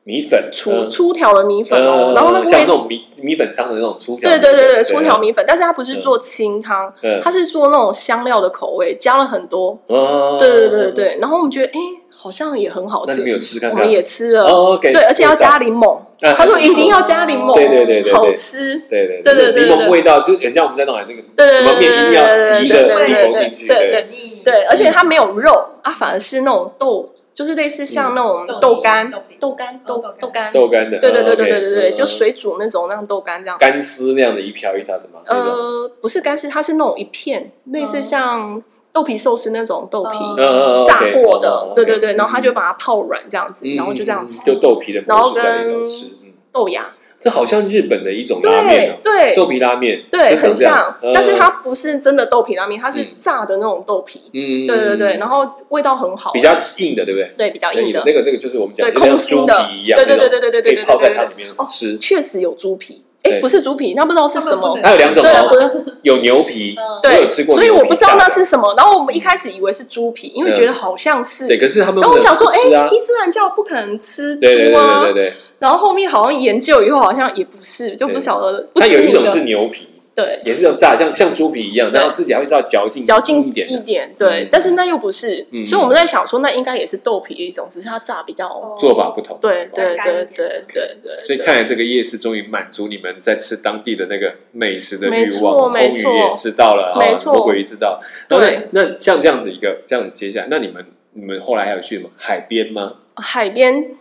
[SPEAKER 1] 米粉嗯
[SPEAKER 2] 粗粗条的米粉哦
[SPEAKER 1] 呃，，
[SPEAKER 2] 然后那个
[SPEAKER 1] 像那
[SPEAKER 2] 味。
[SPEAKER 1] 种米米粉汤的那种粗条
[SPEAKER 2] 对
[SPEAKER 1] 米粉，
[SPEAKER 2] 对对对，粗条，米粉，但是它不是做清汤
[SPEAKER 1] 嗯，
[SPEAKER 2] 它是做那种香料的口味，加了很多。
[SPEAKER 1] 哦，
[SPEAKER 2] 对对对对，对，然后我们觉得，哎，好像也很好
[SPEAKER 1] 那你
[SPEAKER 2] 吃
[SPEAKER 1] 们。有吃看
[SPEAKER 2] 我
[SPEAKER 1] 看
[SPEAKER 2] 们？也吃了，
[SPEAKER 1] 哦，OK，
[SPEAKER 2] 对，而且要加柠檬。
[SPEAKER 1] 啊
[SPEAKER 2] 他说一定要加柠檬，
[SPEAKER 1] 对对对对对
[SPEAKER 2] 好吃。
[SPEAKER 1] 对对
[SPEAKER 2] 对对对
[SPEAKER 1] 柠
[SPEAKER 2] 对
[SPEAKER 1] 檬味道就很像我们在弄海那个
[SPEAKER 2] 对对
[SPEAKER 1] 什么面一定要挤一
[SPEAKER 2] 对
[SPEAKER 1] 个
[SPEAKER 2] 对
[SPEAKER 1] 一
[SPEAKER 2] 对
[SPEAKER 1] 口
[SPEAKER 2] 对
[SPEAKER 1] 进去，
[SPEAKER 2] 对
[SPEAKER 1] 对，
[SPEAKER 3] 腻
[SPEAKER 2] 对，而且它没有肉啊，反而是那种豆，就是类似像那种
[SPEAKER 3] 嗯
[SPEAKER 2] 豆干
[SPEAKER 3] 豆泥、哦
[SPEAKER 2] 豆干、
[SPEAKER 3] 豆
[SPEAKER 2] 豆
[SPEAKER 3] 干
[SPEAKER 2] 豆干。
[SPEAKER 1] 豆干的，
[SPEAKER 2] 对对
[SPEAKER 1] 嗯
[SPEAKER 2] 对对
[SPEAKER 1] ，OK，
[SPEAKER 2] 对对对，
[SPEAKER 1] 嗯
[SPEAKER 2] 就水煮那种那种豆干这样。
[SPEAKER 1] 干丝那样的一瓢一瓢的嘛，那种
[SPEAKER 2] 呃，不是干丝，它是那种一片，类似
[SPEAKER 3] 嗯
[SPEAKER 2] 像豆皮寿司那种豆皮
[SPEAKER 3] 嗯
[SPEAKER 1] 嗯嗯，
[SPEAKER 2] 炸
[SPEAKER 1] OK，
[SPEAKER 2] 过
[SPEAKER 1] 哦
[SPEAKER 2] 的
[SPEAKER 1] ，OK，，
[SPEAKER 2] 对对对，然后他就
[SPEAKER 1] 嗯
[SPEAKER 2] 把它泡软这样子，
[SPEAKER 1] 嗯
[SPEAKER 2] 然后就这样
[SPEAKER 1] 嗯
[SPEAKER 2] 吃
[SPEAKER 1] 就豆皮的
[SPEAKER 2] 然
[SPEAKER 1] 模
[SPEAKER 2] 后
[SPEAKER 1] 式在里头
[SPEAKER 2] 跟
[SPEAKER 1] 吃，嗯，
[SPEAKER 2] 豆芽。
[SPEAKER 1] 这好像日本的一种拉面哦，
[SPEAKER 2] 对对
[SPEAKER 1] 豆皮拉面，
[SPEAKER 2] 对，
[SPEAKER 1] 就是
[SPEAKER 2] 很
[SPEAKER 1] 这样
[SPEAKER 2] 像，但是
[SPEAKER 1] 嗯
[SPEAKER 2] 它不是真的豆皮拉面，它是
[SPEAKER 1] 嗯
[SPEAKER 2] 炸的那种豆皮。
[SPEAKER 1] 嗯，
[SPEAKER 2] 对对对，
[SPEAKER 1] 嗯
[SPEAKER 2] 然后味道很好，
[SPEAKER 1] 比较硬的，对不对？
[SPEAKER 2] 对比较硬的
[SPEAKER 1] 那，个那个就是我们讲
[SPEAKER 2] 对
[SPEAKER 1] 的像
[SPEAKER 2] 空心
[SPEAKER 1] 猪
[SPEAKER 2] 的
[SPEAKER 1] 皮一样，
[SPEAKER 2] 对对
[SPEAKER 1] 那种
[SPEAKER 2] 对对对对对
[SPEAKER 1] 可以泡在
[SPEAKER 2] 对对对哦
[SPEAKER 1] 汤里面吃。
[SPEAKER 2] 确实有猪皮，
[SPEAKER 1] 对
[SPEAKER 2] 哎，不是猪皮，那不知道是什
[SPEAKER 3] 他们
[SPEAKER 2] 么
[SPEAKER 3] 不能，
[SPEAKER 1] 它有两种
[SPEAKER 2] 对
[SPEAKER 1] 哦，
[SPEAKER 2] 不是
[SPEAKER 1] 有牛皮，
[SPEAKER 3] 嗯
[SPEAKER 1] 我有
[SPEAKER 2] 对，
[SPEAKER 1] 吃过
[SPEAKER 2] 所以
[SPEAKER 1] 牛
[SPEAKER 2] 我
[SPEAKER 1] 皮
[SPEAKER 2] 不知道
[SPEAKER 1] 炸
[SPEAKER 2] 那
[SPEAKER 1] 的
[SPEAKER 2] 是什么。然后我们一开始以为是猪皮，因为
[SPEAKER 1] 嗯
[SPEAKER 2] 觉得好像是，
[SPEAKER 1] 对，可是他们
[SPEAKER 2] 然后我想说，
[SPEAKER 1] 哎
[SPEAKER 2] 哎，，
[SPEAKER 1] 啊
[SPEAKER 2] 伊，斯兰教不可能吃
[SPEAKER 1] 对对对
[SPEAKER 2] 猪啊
[SPEAKER 1] 对对，对，
[SPEAKER 2] 然后后面好像研究以后，好像也不是，就不晓得。不
[SPEAKER 1] 它有一
[SPEAKER 2] 知名
[SPEAKER 1] 种
[SPEAKER 2] 的
[SPEAKER 1] 是牛皮，
[SPEAKER 2] 对
[SPEAKER 1] 也是这种炸，像像猪皮一样，
[SPEAKER 2] 对
[SPEAKER 1] 然后自己还会知道嚼劲
[SPEAKER 2] 嚼劲
[SPEAKER 1] 一点
[SPEAKER 2] 一
[SPEAKER 1] 的，
[SPEAKER 2] 点，对
[SPEAKER 1] 嗯，
[SPEAKER 2] 但是那又不是
[SPEAKER 1] 嗯，
[SPEAKER 2] 所以我们在想说，那应该也是豆皮的一种，只是它炸比较。
[SPEAKER 3] 哦
[SPEAKER 1] 做法不同。
[SPEAKER 2] 对对对
[SPEAKER 3] 对对
[SPEAKER 2] 对
[SPEAKER 3] 对
[SPEAKER 2] 对对，
[SPEAKER 1] 所以看来这个夜市终于满足你们在吃当地的那个美食的欲
[SPEAKER 2] 没
[SPEAKER 1] 望，
[SPEAKER 2] 错
[SPEAKER 1] 红
[SPEAKER 2] 没
[SPEAKER 1] 鱼
[SPEAKER 2] 错
[SPEAKER 1] 也吃到了，
[SPEAKER 2] 没
[SPEAKER 1] 啊，
[SPEAKER 2] 错
[SPEAKER 1] 魔鬼鱼知道。然后
[SPEAKER 2] 对
[SPEAKER 1] 那那像这样子一个这样接下来，那你们你们后来还有去吗？海边吗？
[SPEAKER 2] 海边，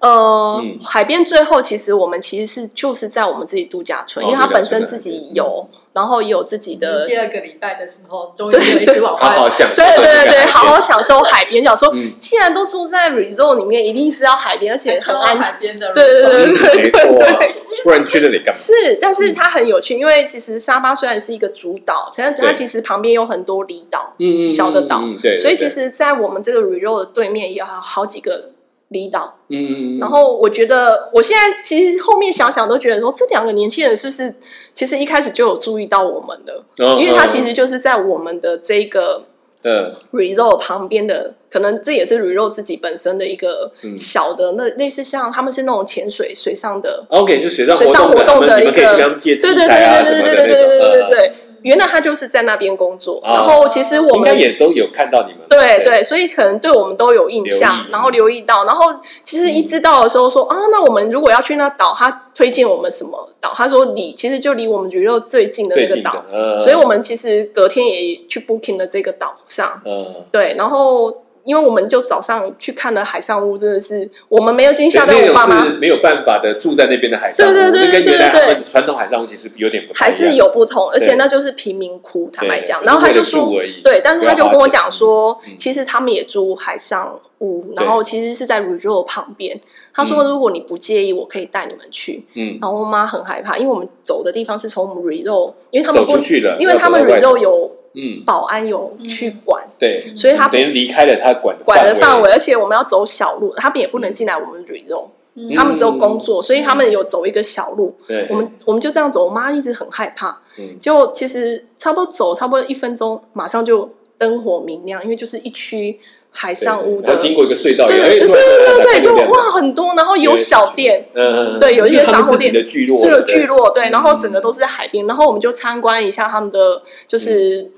[SPEAKER 2] 呃，
[SPEAKER 1] 嗯
[SPEAKER 2] 海边最后其实我们其实是就是在我们自己度假村，
[SPEAKER 1] 哦
[SPEAKER 2] 因为它本身
[SPEAKER 1] 度假
[SPEAKER 2] 自
[SPEAKER 1] 村嗯
[SPEAKER 2] 己有，然后也有自己的。
[SPEAKER 3] 第二个礼拜的时候，终于有一次往
[SPEAKER 1] 好
[SPEAKER 3] 外
[SPEAKER 1] 好享受
[SPEAKER 2] 对
[SPEAKER 1] 这个海
[SPEAKER 2] 对
[SPEAKER 1] 边。
[SPEAKER 2] 对，好好享受海边。想说
[SPEAKER 1] 嗯，
[SPEAKER 2] 既然都住在 resort 里面，一定是要海边，而且很哎安全。
[SPEAKER 3] 海边的，
[SPEAKER 2] 对对对对对
[SPEAKER 1] 没错啊，不然去那里干嘛？
[SPEAKER 2] 是，但
[SPEAKER 1] 嗯
[SPEAKER 2] 是它很有趣，因为其实沙巴虽然是一个主岛，但它
[SPEAKER 1] 对
[SPEAKER 2] 其实旁边有很多离岛，
[SPEAKER 1] 嗯嗯
[SPEAKER 2] 小的岛
[SPEAKER 1] 嗯嗯对，
[SPEAKER 2] 所以其
[SPEAKER 1] 对
[SPEAKER 2] 实，在我们这个 resort 的对面也有好几个离岛。
[SPEAKER 1] 对嗯，嗯嗯
[SPEAKER 2] 然后我觉得，我现在其实后面想想都觉得说，这两个年轻人是不是其实一开始就有注意到我们的？
[SPEAKER 1] 嗯
[SPEAKER 2] 因为他
[SPEAKER 1] 嗯
[SPEAKER 2] 其实就是在我们的这个
[SPEAKER 1] 嗯
[SPEAKER 2] resort 旁边的可能这也是驴肉自己本身的一个
[SPEAKER 1] 嗯
[SPEAKER 2] 小的那类似像他们是那种潜水水上的
[SPEAKER 1] OK，就水上
[SPEAKER 2] 水
[SPEAKER 1] 活
[SPEAKER 2] 上
[SPEAKER 1] 动的，
[SPEAKER 2] 活
[SPEAKER 1] 你
[SPEAKER 2] 动
[SPEAKER 1] 们
[SPEAKER 2] 的
[SPEAKER 1] 你们
[SPEAKER 2] 一
[SPEAKER 1] 可以去
[SPEAKER 2] 个
[SPEAKER 1] 跟他们借
[SPEAKER 2] 对
[SPEAKER 1] 器
[SPEAKER 2] 对对
[SPEAKER 1] 材啊
[SPEAKER 2] 对
[SPEAKER 1] 什
[SPEAKER 2] 对
[SPEAKER 1] 么
[SPEAKER 2] 对
[SPEAKER 1] 的那
[SPEAKER 2] 对对
[SPEAKER 1] 种。
[SPEAKER 2] 对对
[SPEAKER 1] 呃
[SPEAKER 2] 对，原来他就是在那边工作，
[SPEAKER 1] 啊
[SPEAKER 2] 然后其实我
[SPEAKER 1] 应该
[SPEAKER 2] 们。
[SPEAKER 1] 也都有看到你们吧。
[SPEAKER 2] 对对，所以可能对我们都有印
[SPEAKER 1] 留
[SPEAKER 2] 象
[SPEAKER 1] 意，嗯
[SPEAKER 2] 然后留意到，然后其实一知道的时候说、啊，那我们如果要去那岛，他推荐我们什么岛？他说离其实就离我们橘肉最近的那
[SPEAKER 1] 最
[SPEAKER 2] 个
[SPEAKER 1] 近
[SPEAKER 2] 岛
[SPEAKER 1] 的，，呃
[SPEAKER 2] 所以我们其实隔天也去 booking 了这个岛上，
[SPEAKER 1] 呃，
[SPEAKER 2] 对，然后因为我们就早上去看了海上屋，真的是我们没有惊
[SPEAKER 1] 对
[SPEAKER 2] 吓到
[SPEAKER 1] 那
[SPEAKER 2] 我
[SPEAKER 1] 种
[SPEAKER 2] 爸妈，
[SPEAKER 1] 是没有办法的，住在那边的海上屋，
[SPEAKER 2] 对对对
[SPEAKER 1] 那跟原来
[SPEAKER 2] 对对
[SPEAKER 1] 他们传统海上屋其实有点不太
[SPEAKER 2] 还
[SPEAKER 1] 一样
[SPEAKER 2] 是有不同，而且
[SPEAKER 1] 对
[SPEAKER 2] 那就是贫民窟，坦白
[SPEAKER 1] 对
[SPEAKER 2] 讲，
[SPEAKER 1] 可是
[SPEAKER 2] 然后他就
[SPEAKER 1] 为了住
[SPEAKER 2] 说
[SPEAKER 1] 而已，
[SPEAKER 2] 对，但是他就跟我讲说
[SPEAKER 1] 嗯，
[SPEAKER 2] 其实他们也住海上屋，然后其实是在 r e r o 旁边。他说
[SPEAKER 1] 嗯
[SPEAKER 2] 如果你不介意，我可以带你们去。
[SPEAKER 1] 嗯，
[SPEAKER 2] 然后我妈很害怕，因为我们走的地方是从我们 r e r o 因为他们
[SPEAKER 1] 走
[SPEAKER 2] 不
[SPEAKER 1] 出，去了，
[SPEAKER 2] 因为他们
[SPEAKER 1] 要走
[SPEAKER 2] r e
[SPEAKER 1] 到外
[SPEAKER 2] r o
[SPEAKER 1] 面
[SPEAKER 2] 有
[SPEAKER 1] 嗯，
[SPEAKER 2] 保安有去管，
[SPEAKER 1] 对，
[SPEAKER 2] 所以他
[SPEAKER 1] 等于离开了他管
[SPEAKER 2] 管的范
[SPEAKER 1] 范
[SPEAKER 2] 围，而且我们要走小路，他们也不能进来我们 r e r o
[SPEAKER 3] 嗯
[SPEAKER 2] 他们只有工作，所以他们有走一个小路。
[SPEAKER 1] 对，
[SPEAKER 2] 我们我们就这样走，我妈一直很害怕。
[SPEAKER 1] 嗯
[SPEAKER 2] 结果其实差不多走差不多一分钟，马上就灯火明亮，因为就是一区海上屋
[SPEAKER 1] 然
[SPEAKER 2] 的，
[SPEAKER 1] 后经
[SPEAKER 2] 对
[SPEAKER 1] 过一个隧道，
[SPEAKER 2] 对
[SPEAKER 1] 哎
[SPEAKER 2] 对对
[SPEAKER 1] 突然
[SPEAKER 2] 对对，
[SPEAKER 1] 看到
[SPEAKER 2] 就
[SPEAKER 1] 看到
[SPEAKER 2] 哇很多，然后有小店，
[SPEAKER 1] 嗯，嗯
[SPEAKER 2] 对有一些
[SPEAKER 1] 是他们
[SPEAKER 2] 杂货
[SPEAKER 1] 自己
[SPEAKER 2] 店
[SPEAKER 1] 的聚落，
[SPEAKER 2] 这
[SPEAKER 1] 对
[SPEAKER 2] 个
[SPEAKER 1] 嗯
[SPEAKER 2] 聚落对，然后整个都是在海边，然后我们就参观一下他们的
[SPEAKER 1] 嗯
[SPEAKER 2] 就是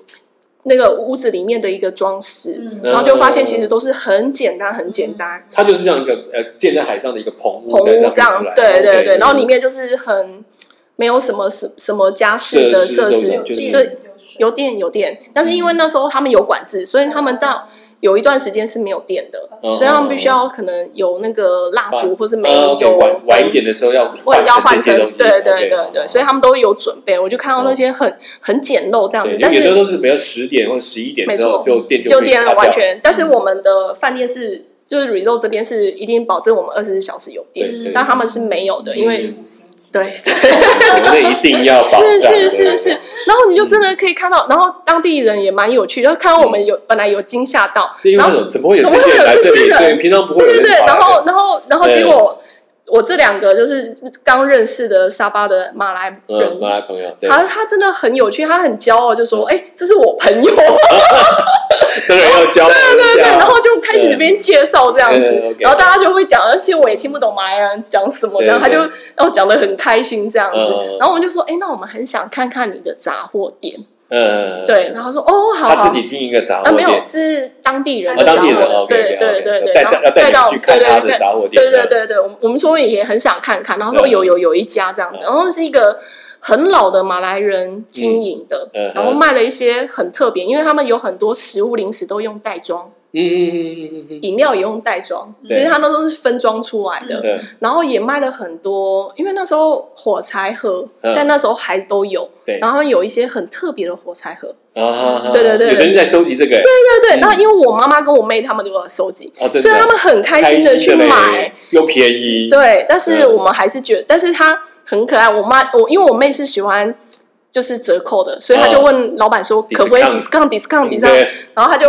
[SPEAKER 2] 那个屋子里面的一个装饰，
[SPEAKER 3] 嗯
[SPEAKER 2] 然后就发现其实都是很简单很简单，
[SPEAKER 1] 它就是像一个呃建在海上的一个棚屋，
[SPEAKER 2] 棚屋
[SPEAKER 1] 嗯在上面
[SPEAKER 2] 这样
[SPEAKER 1] 出来，
[SPEAKER 2] 对对
[SPEAKER 1] OK，
[SPEAKER 2] 对，然后
[SPEAKER 1] 嗯
[SPEAKER 2] 里面就是很没有什么什什么家
[SPEAKER 1] 设
[SPEAKER 2] 饰的
[SPEAKER 1] 施
[SPEAKER 2] 设
[SPEAKER 1] 都
[SPEAKER 2] 施
[SPEAKER 1] 没，
[SPEAKER 3] 有
[SPEAKER 1] 就是
[SPEAKER 3] 电
[SPEAKER 2] 对
[SPEAKER 3] 有水
[SPEAKER 2] 有电有电，但是因
[SPEAKER 1] 嗯
[SPEAKER 2] 为那时候他们有管制，所以他
[SPEAKER 1] 哦
[SPEAKER 2] 们到有一段时间是没有电的，
[SPEAKER 1] 嗯
[SPEAKER 2] 所以他们必须要可能有那个蜡烛或是煤
[SPEAKER 1] 呃
[SPEAKER 2] 油
[SPEAKER 1] ，OK，晚晚一点的时候要
[SPEAKER 2] 或者要换
[SPEAKER 1] 这些
[SPEAKER 2] 成
[SPEAKER 1] 东西，
[SPEAKER 2] 对
[SPEAKER 1] OK，嗯哦
[SPEAKER 2] 对对对，所以他们都有准备。我就看到那些很很简陋这样
[SPEAKER 1] 对
[SPEAKER 2] 子，
[SPEAKER 1] 因
[SPEAKER 2] 但
[SPEAKER 1] 为有的
[SPEAKER 2] 是
[SPEAKER 1] 都是比如十点或十一点之后
[SPEAKER 2] 没错
[SPEAKER 1] 就电
[SPEAKER 2] 就
[SPEAKER 1] 会
[SPEAKER 2] 店
[SPEAKER 1] 卡掉
[SPEAKER 2] 完全，但是我们的饭店是就是 r e s o 这边是一定保证我们二十四小时有
[SPEAKER 1] 对
[SPEAKER 2] 电，
[SPEAKER 1] 对，
[SPEAKER 2] 但他们是没有的，因为对。
[SPEAKER 1] 那一定要保
[SPEAKER 2] 是
[SPEAKER 1] 障，
[SPEAKER 2] 是
[SPEAKER 1] 对嗯
[SPEAKER 2] 是是，，然后你就真的可以看到，然后当地人也蛮有趣，然后看到我们有本来有惊吓到，
[SPEAKER 1] 对因为
[SPEAKER 2] 然
[SPEAKER 1] 那
[SPEAKER 2] 后
[SPEAKER 1] 种怎么会有
[SPEAKER 2] 怎
[SPEAKER 1] 这
[SPEAKER 2] 么
[SPEAKER 1] 些
[SPEAKER 2] 会
[SPEAKER 1] 人
[SPEAKER 2] 有
[SPEAKER 1] 来
[SPEAKER 2] 这
[SPEAKER 1] 这
[SPEAKER 2] 些
[SPEAKER 1] 里？
[SPEAKER 2] 人
[SPEAKER 1] 对，平常不会有
[SPEAKER 2] 对对
[SPEAKER 1] 人跑来
[SPEAKER 2] 对，然后
[SPEAKER 1] 的
[SPEAKER 2] 然后然后
[SPEAKER 1] 对
[SPEAKER 2] 结果我这两个就是刚认识的沙巴的马来人
[SPEAKER 1] 嗯，，马来朋友，对，嗯
[SPEAKER 2] 他他真的很有趣，他很骄傲，就说：“哎、这是我朋友。
[SPEAKER 1] 啊当然要交流一下，
[SPEAKER 2] 对”然后就开始边介绍这样子，
[SPEAKER 1] 嗯嗯，OK
[SPEAKER 2] 然后大家就会讲，而且我也听不懂马来人讲什么，
[SPEAKER 1] 对
[SPEAKER 2] 然后他就
[SPEAKER 1] 对
[SPEAKER 2] 然后讲的很开心这样子，
[SPEAKER 1] 嗯嗯嗯
[SPEAKER 2] 然后我们就说：“哎、那我们很想看看你的杂货店。
[SPEAKER 1] 嗯，
[SPEAKER 2] 对，然后他说：“哦，好
[SPEAKER 1] 他
[SPEAKER 2] 好。
[SPEAKER 1] 自己经营一个杂
[SPEAKER 2] 啊，
[SPEAKER 1] 货
[SPEAKER 2] 没有，
[SPEAKER 1] 店，
[SPEAKER 2] 是当地人
[SPEAKER 1] 哦，
[SPEAKER 2] 的杂
[SPEAKER 1] 当地
[SPEAKER 2] 货店
[SPEAKER 1] 人，，OK，
[SPEAKER 2] 对对对对，
[SPEAKER 1] 带
[SPEAKER 2] 然后
[SPEAKER 1] 要带
[SPEAKER 2] 带
[SPEAKER 1] 你
[SPEAKER 2] 到
[SPEAKER 1] 们去看
[SPEAKER 2] 对
[SPEAKER 1] 他
[SPEAKER 2] 对对
[SPEAKER 1] 的杂货店，
[SPEAKER 2] 对对对对，我们我们说也很想看看，然后说
[SPEAKER 1] 嗯
[SPEAKER 2] 有有有一家这样子，
[SPEAKER 1] 嗯
[SPEAKER 2] 然后是一个很老的马来人经营的
[SPEAKER 1] 嗯嗯，
[SPEAKER 2] 然后卖了一些很特别，因为他们有很多食物零食都用袋装，
[SPEAKER 1] 嗯嗯嗯嗯嗯嗯
[SPEAKER 2] 饮料也用袋装，其
[SPEAKER 1] 对
[SPEAKER 2] 实它那都是分装出来的，
[SPEAKER 1] 嗯，
[SPEAKER 2] 然后也卖了很多，因为那时候火柴盒
[SPEAKER 1] 嗯
[SPEAKER 2] 在那时候还都有，
[SPEAKER 1] 对
[SPEAKER 2] 然后他们有一些很特别的火柴盒，
[SPEAKER 1] 啊，
[SPEAKER 2] 对对对
[SPEAKER 1] 有的人在收集这个，对，
[SPEAKER 2] 对对
[SPEAKER 1] 嗯
[SPEAKER 2] 对，然后因为我妈妈跟我妹他们都有收集，
[SPEAKER 1] 哦，真的
[SPEAKER 2] 所以他们很开心的去
[SPEAKER 1] 嘞
[SPEAKER 2] 买。，
[SPEAKER 1] 又便宜，
[SPEAKER 2] 对，但是
[SPEAKER 1] 嗯
[SPEAKER 2] 我们还是觉得，但是他很可爱。我妈我因为我妹是喜欢就是折扣的，所以她就问老板说、可不可以 discount discount
[SPEAKER 1] 嗯对
[SPEAKER 2] discount，然后他就。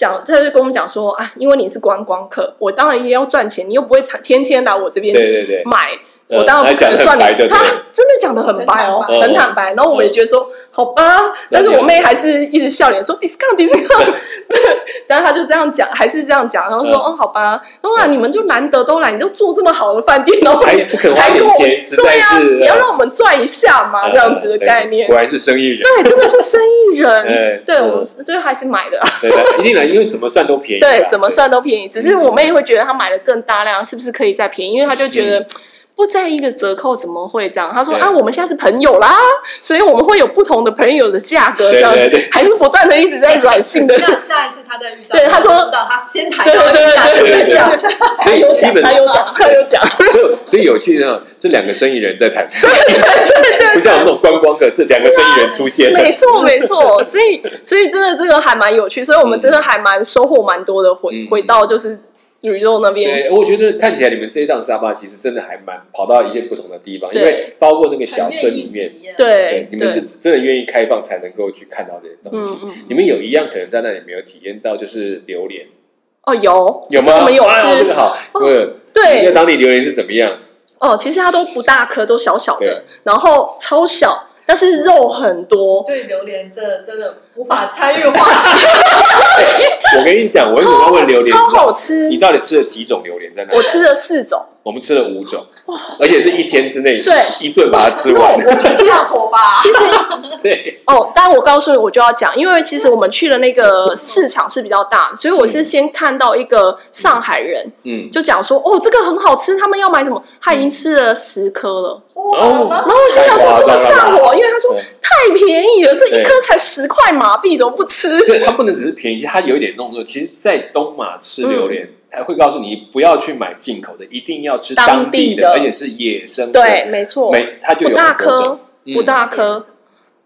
[SPEAKER 2] 讲，他就跟我们讲说啊，因为你是观光客，我当然也要赚钱，你又不会天天来我这边
[SPEAKER 1] 对对对，
[SPEAKER 2] 买，
[SPEAKER 1] 嗯
[SPEAKER 2] 我当然不可能算
[SPEAKER 1] 还讲得很
[SPEAKER 2] 你。
[SPEAKER 1] 白
[SPEAKER 2] 他
[SPEAKER 1] 对
[SPEAKER 2] 真的讲的很白哦，
[SPEAKER 1] 嗯
[SPEAKER 2] 很坦白。然后我们也觉得说，好吧，但是我妹还是一直笑脸说 discount discount，但是她就这样讲，还是这样讲，然后说，
[SPEAKER 1] 嗯
[SPEAKER 2] 哦，好吧，然后啊，你们就难得都来，你就住这么好的饭店，然 后
[SPEAKER 1] 还
[SPEAKER 2] 你
[SPEAKER 1] 不肯花
[SPEAKER 2] 还
[SPEAKER 1] 点
[SPEAKER 2] 跟我
[SPEAKER 1] 钱，实在
[SPEAKER 2] 对呀，
[SPEAKER 1] 是嗯呃
[SPEAKER 2] 你要让我们赚一下嘛，这样子的概念
[SPEAKER 1] 果。然是生意人，
[SPEAKER 2] 对，真的是生意人。
[SPEAKER 1] 哎，
[SPEAKER 2] 对，我
[SPEAKER 1] 嗯
[SPEAKER 2] 们最后还是买的，
[SPEAKER 1] 对的，一定的，因为怎么算都便宜啦，
[SPEAKER 2] 对，怎么算都便宜。只是我妹会觉得她买的更大量，是不是可以再便宜？因为她就觉得不在意一个折扣怎么会这样？她说
[SPEAKER 1] 对
[SPEAKER 2] 啊，我们现在是朋友啦，所以我们会有不同的朋友的价格这
[SPEAKER 1] 对
[SPEAKER 2] 样
[SPEAKER 1] 对
[SPEAKER 2] 子
[SPEAKER 1] 对，
[SPEAKER 2] 还是不断的一直在软性的。
[SPEAKER 3] 那下一次他再遇到，
[SPEAKER 2] 对他说
[SPEAKER 3] 知道他先抬
[SPEAKER 2] 对
[SPEAKER 3] 头
[SPEAKER 2] 对
[SPEAKER 3] 一下，
[SPEAKER 2] 对对
[SPEAKER 3] 这
[SPEAKER 2] 对
[SPEAKER 3] 样，
[SPEAKER 2] 对，
[SPEAKER 1] 所
[SPEAKER 2] 她
[SPEAKER 1] 以
[SPEAKER 2] 有
[SPEAKER 1] 基
[SPEAKER 2] 讲，
[SPEAKER 1] 本
[SPEAKER 2] 她有讲，她有讲，
[SPEAKER 1] 所以所以有趣呢，这两个生意人在 谈，不像我们那种观光客是两个生意人出现
[SPEAKER 2] 没错没错。所以所以真的这个还蛮有趣，所以我们真的还蛮收获蛮多的。回
[SPEAKER 1] 嗯
[SPEAKER 2] 回到就是宇宙那边，
[SPEAKER 1] 对，我觉得看起来你们这一趟沙巴其实真的还蛮跑到一些不同的地方，因
[SPEAKER 2] 对
[SPEAKER 1] 为包括那个小
[SPEAKER 3] 很
[SPEAKER 1] 村
[SPEAKER 3] 愿意
[SPEAKER 1] 里面，
[SPEAKER 3] 体验，
[SPEAKER 2] 对
[SPEAKER 1] 你们是真的愿意开放才能够去看到这些东西。
[SPEAKER 2] 嗯嗯。
[SPEAKER 1] 你们有一样可能在那里没有体验到，就是榴莲，
[SPEAKER 2] 哦，有
[SPEAKER 1] 有
[SPEAKER 2] 其
[SPEAKER 1] 吗？
[SPEAKER 2] 实我们有吃，哦
[SPEAKER 1] 哎呦这个好，对，
[SPEAKER 2] 对
[SPEAKER 1] 那当地榴莲是怎么样？
[SPEAKER 2] 哦，其实它都不大颗，都小小的
[SPEAKER 1] 对，
[SPEAKER 2] 然后超小，但是肉很多，
[SPEAKER 3] 对榴莲这真的无法参与话题。
[SPEAKER 1] 我跟你讲，我为什么要问榴莲？
[SPEAKER 2] 超好吃
[SPEAKER 1] 你。到底吃了几种榴莲在那里？
[SPEAKER 2] 我吃了四种，
[SPEAKER 1] 我们吃了五种，而且是一天之内，
[SPEAKER 2] 对
[SPEAKER 1] 一顿把它吃完。
[SPEAKER 3] 你是老婆吧？
[SPEAKER 2] 其 实
[SPEAKER 1] 对，
[SPEAKER 2] 哦，但我告诉你，我就要讲，因为其实我们去的那个市场是比较大，所以我是先看到一个上海人
[SPEAKER 1] 嗯，
[SPEAKER 2] 就讲说，哦，这个很好吃，他们要买什么？他已经吃了十颗了，
[SPEAKER 1] 哦
[SPEAKER 2] 然后我心想说
[SPEAKER 1] 嗯太夸
[SPEAKER 2] 这么
[SPEAKER 1] 张了
[SPEAKER 2] 上火，因为他说
[SPEAKER 1] 对
[SPEAKER 2] 太便宜了，这一
[SPEAKER 1] 对
[SPEAKER 2] 颗才十块马币，怎么不吃？
[SPEAKER 1] 对，它不能只是便宜，它有一点弄错。其实，在东马吃榴莲，他会告诉你不要去买进口的，一定要吃当地的，
[SPEAKER 2] 嗯当地的
[SPEAKER 1] 而且是野生的。
[SPEAKER 2] 对，，没错，
[SPEAKER 1] 每它就
[SPEAKER 2] 不
[SPEAKER 1] 有
[SPEAKER 2] 大
[SPEAKER 1] 很多种嗯
[SPEAKER 2] 颗，不大颗，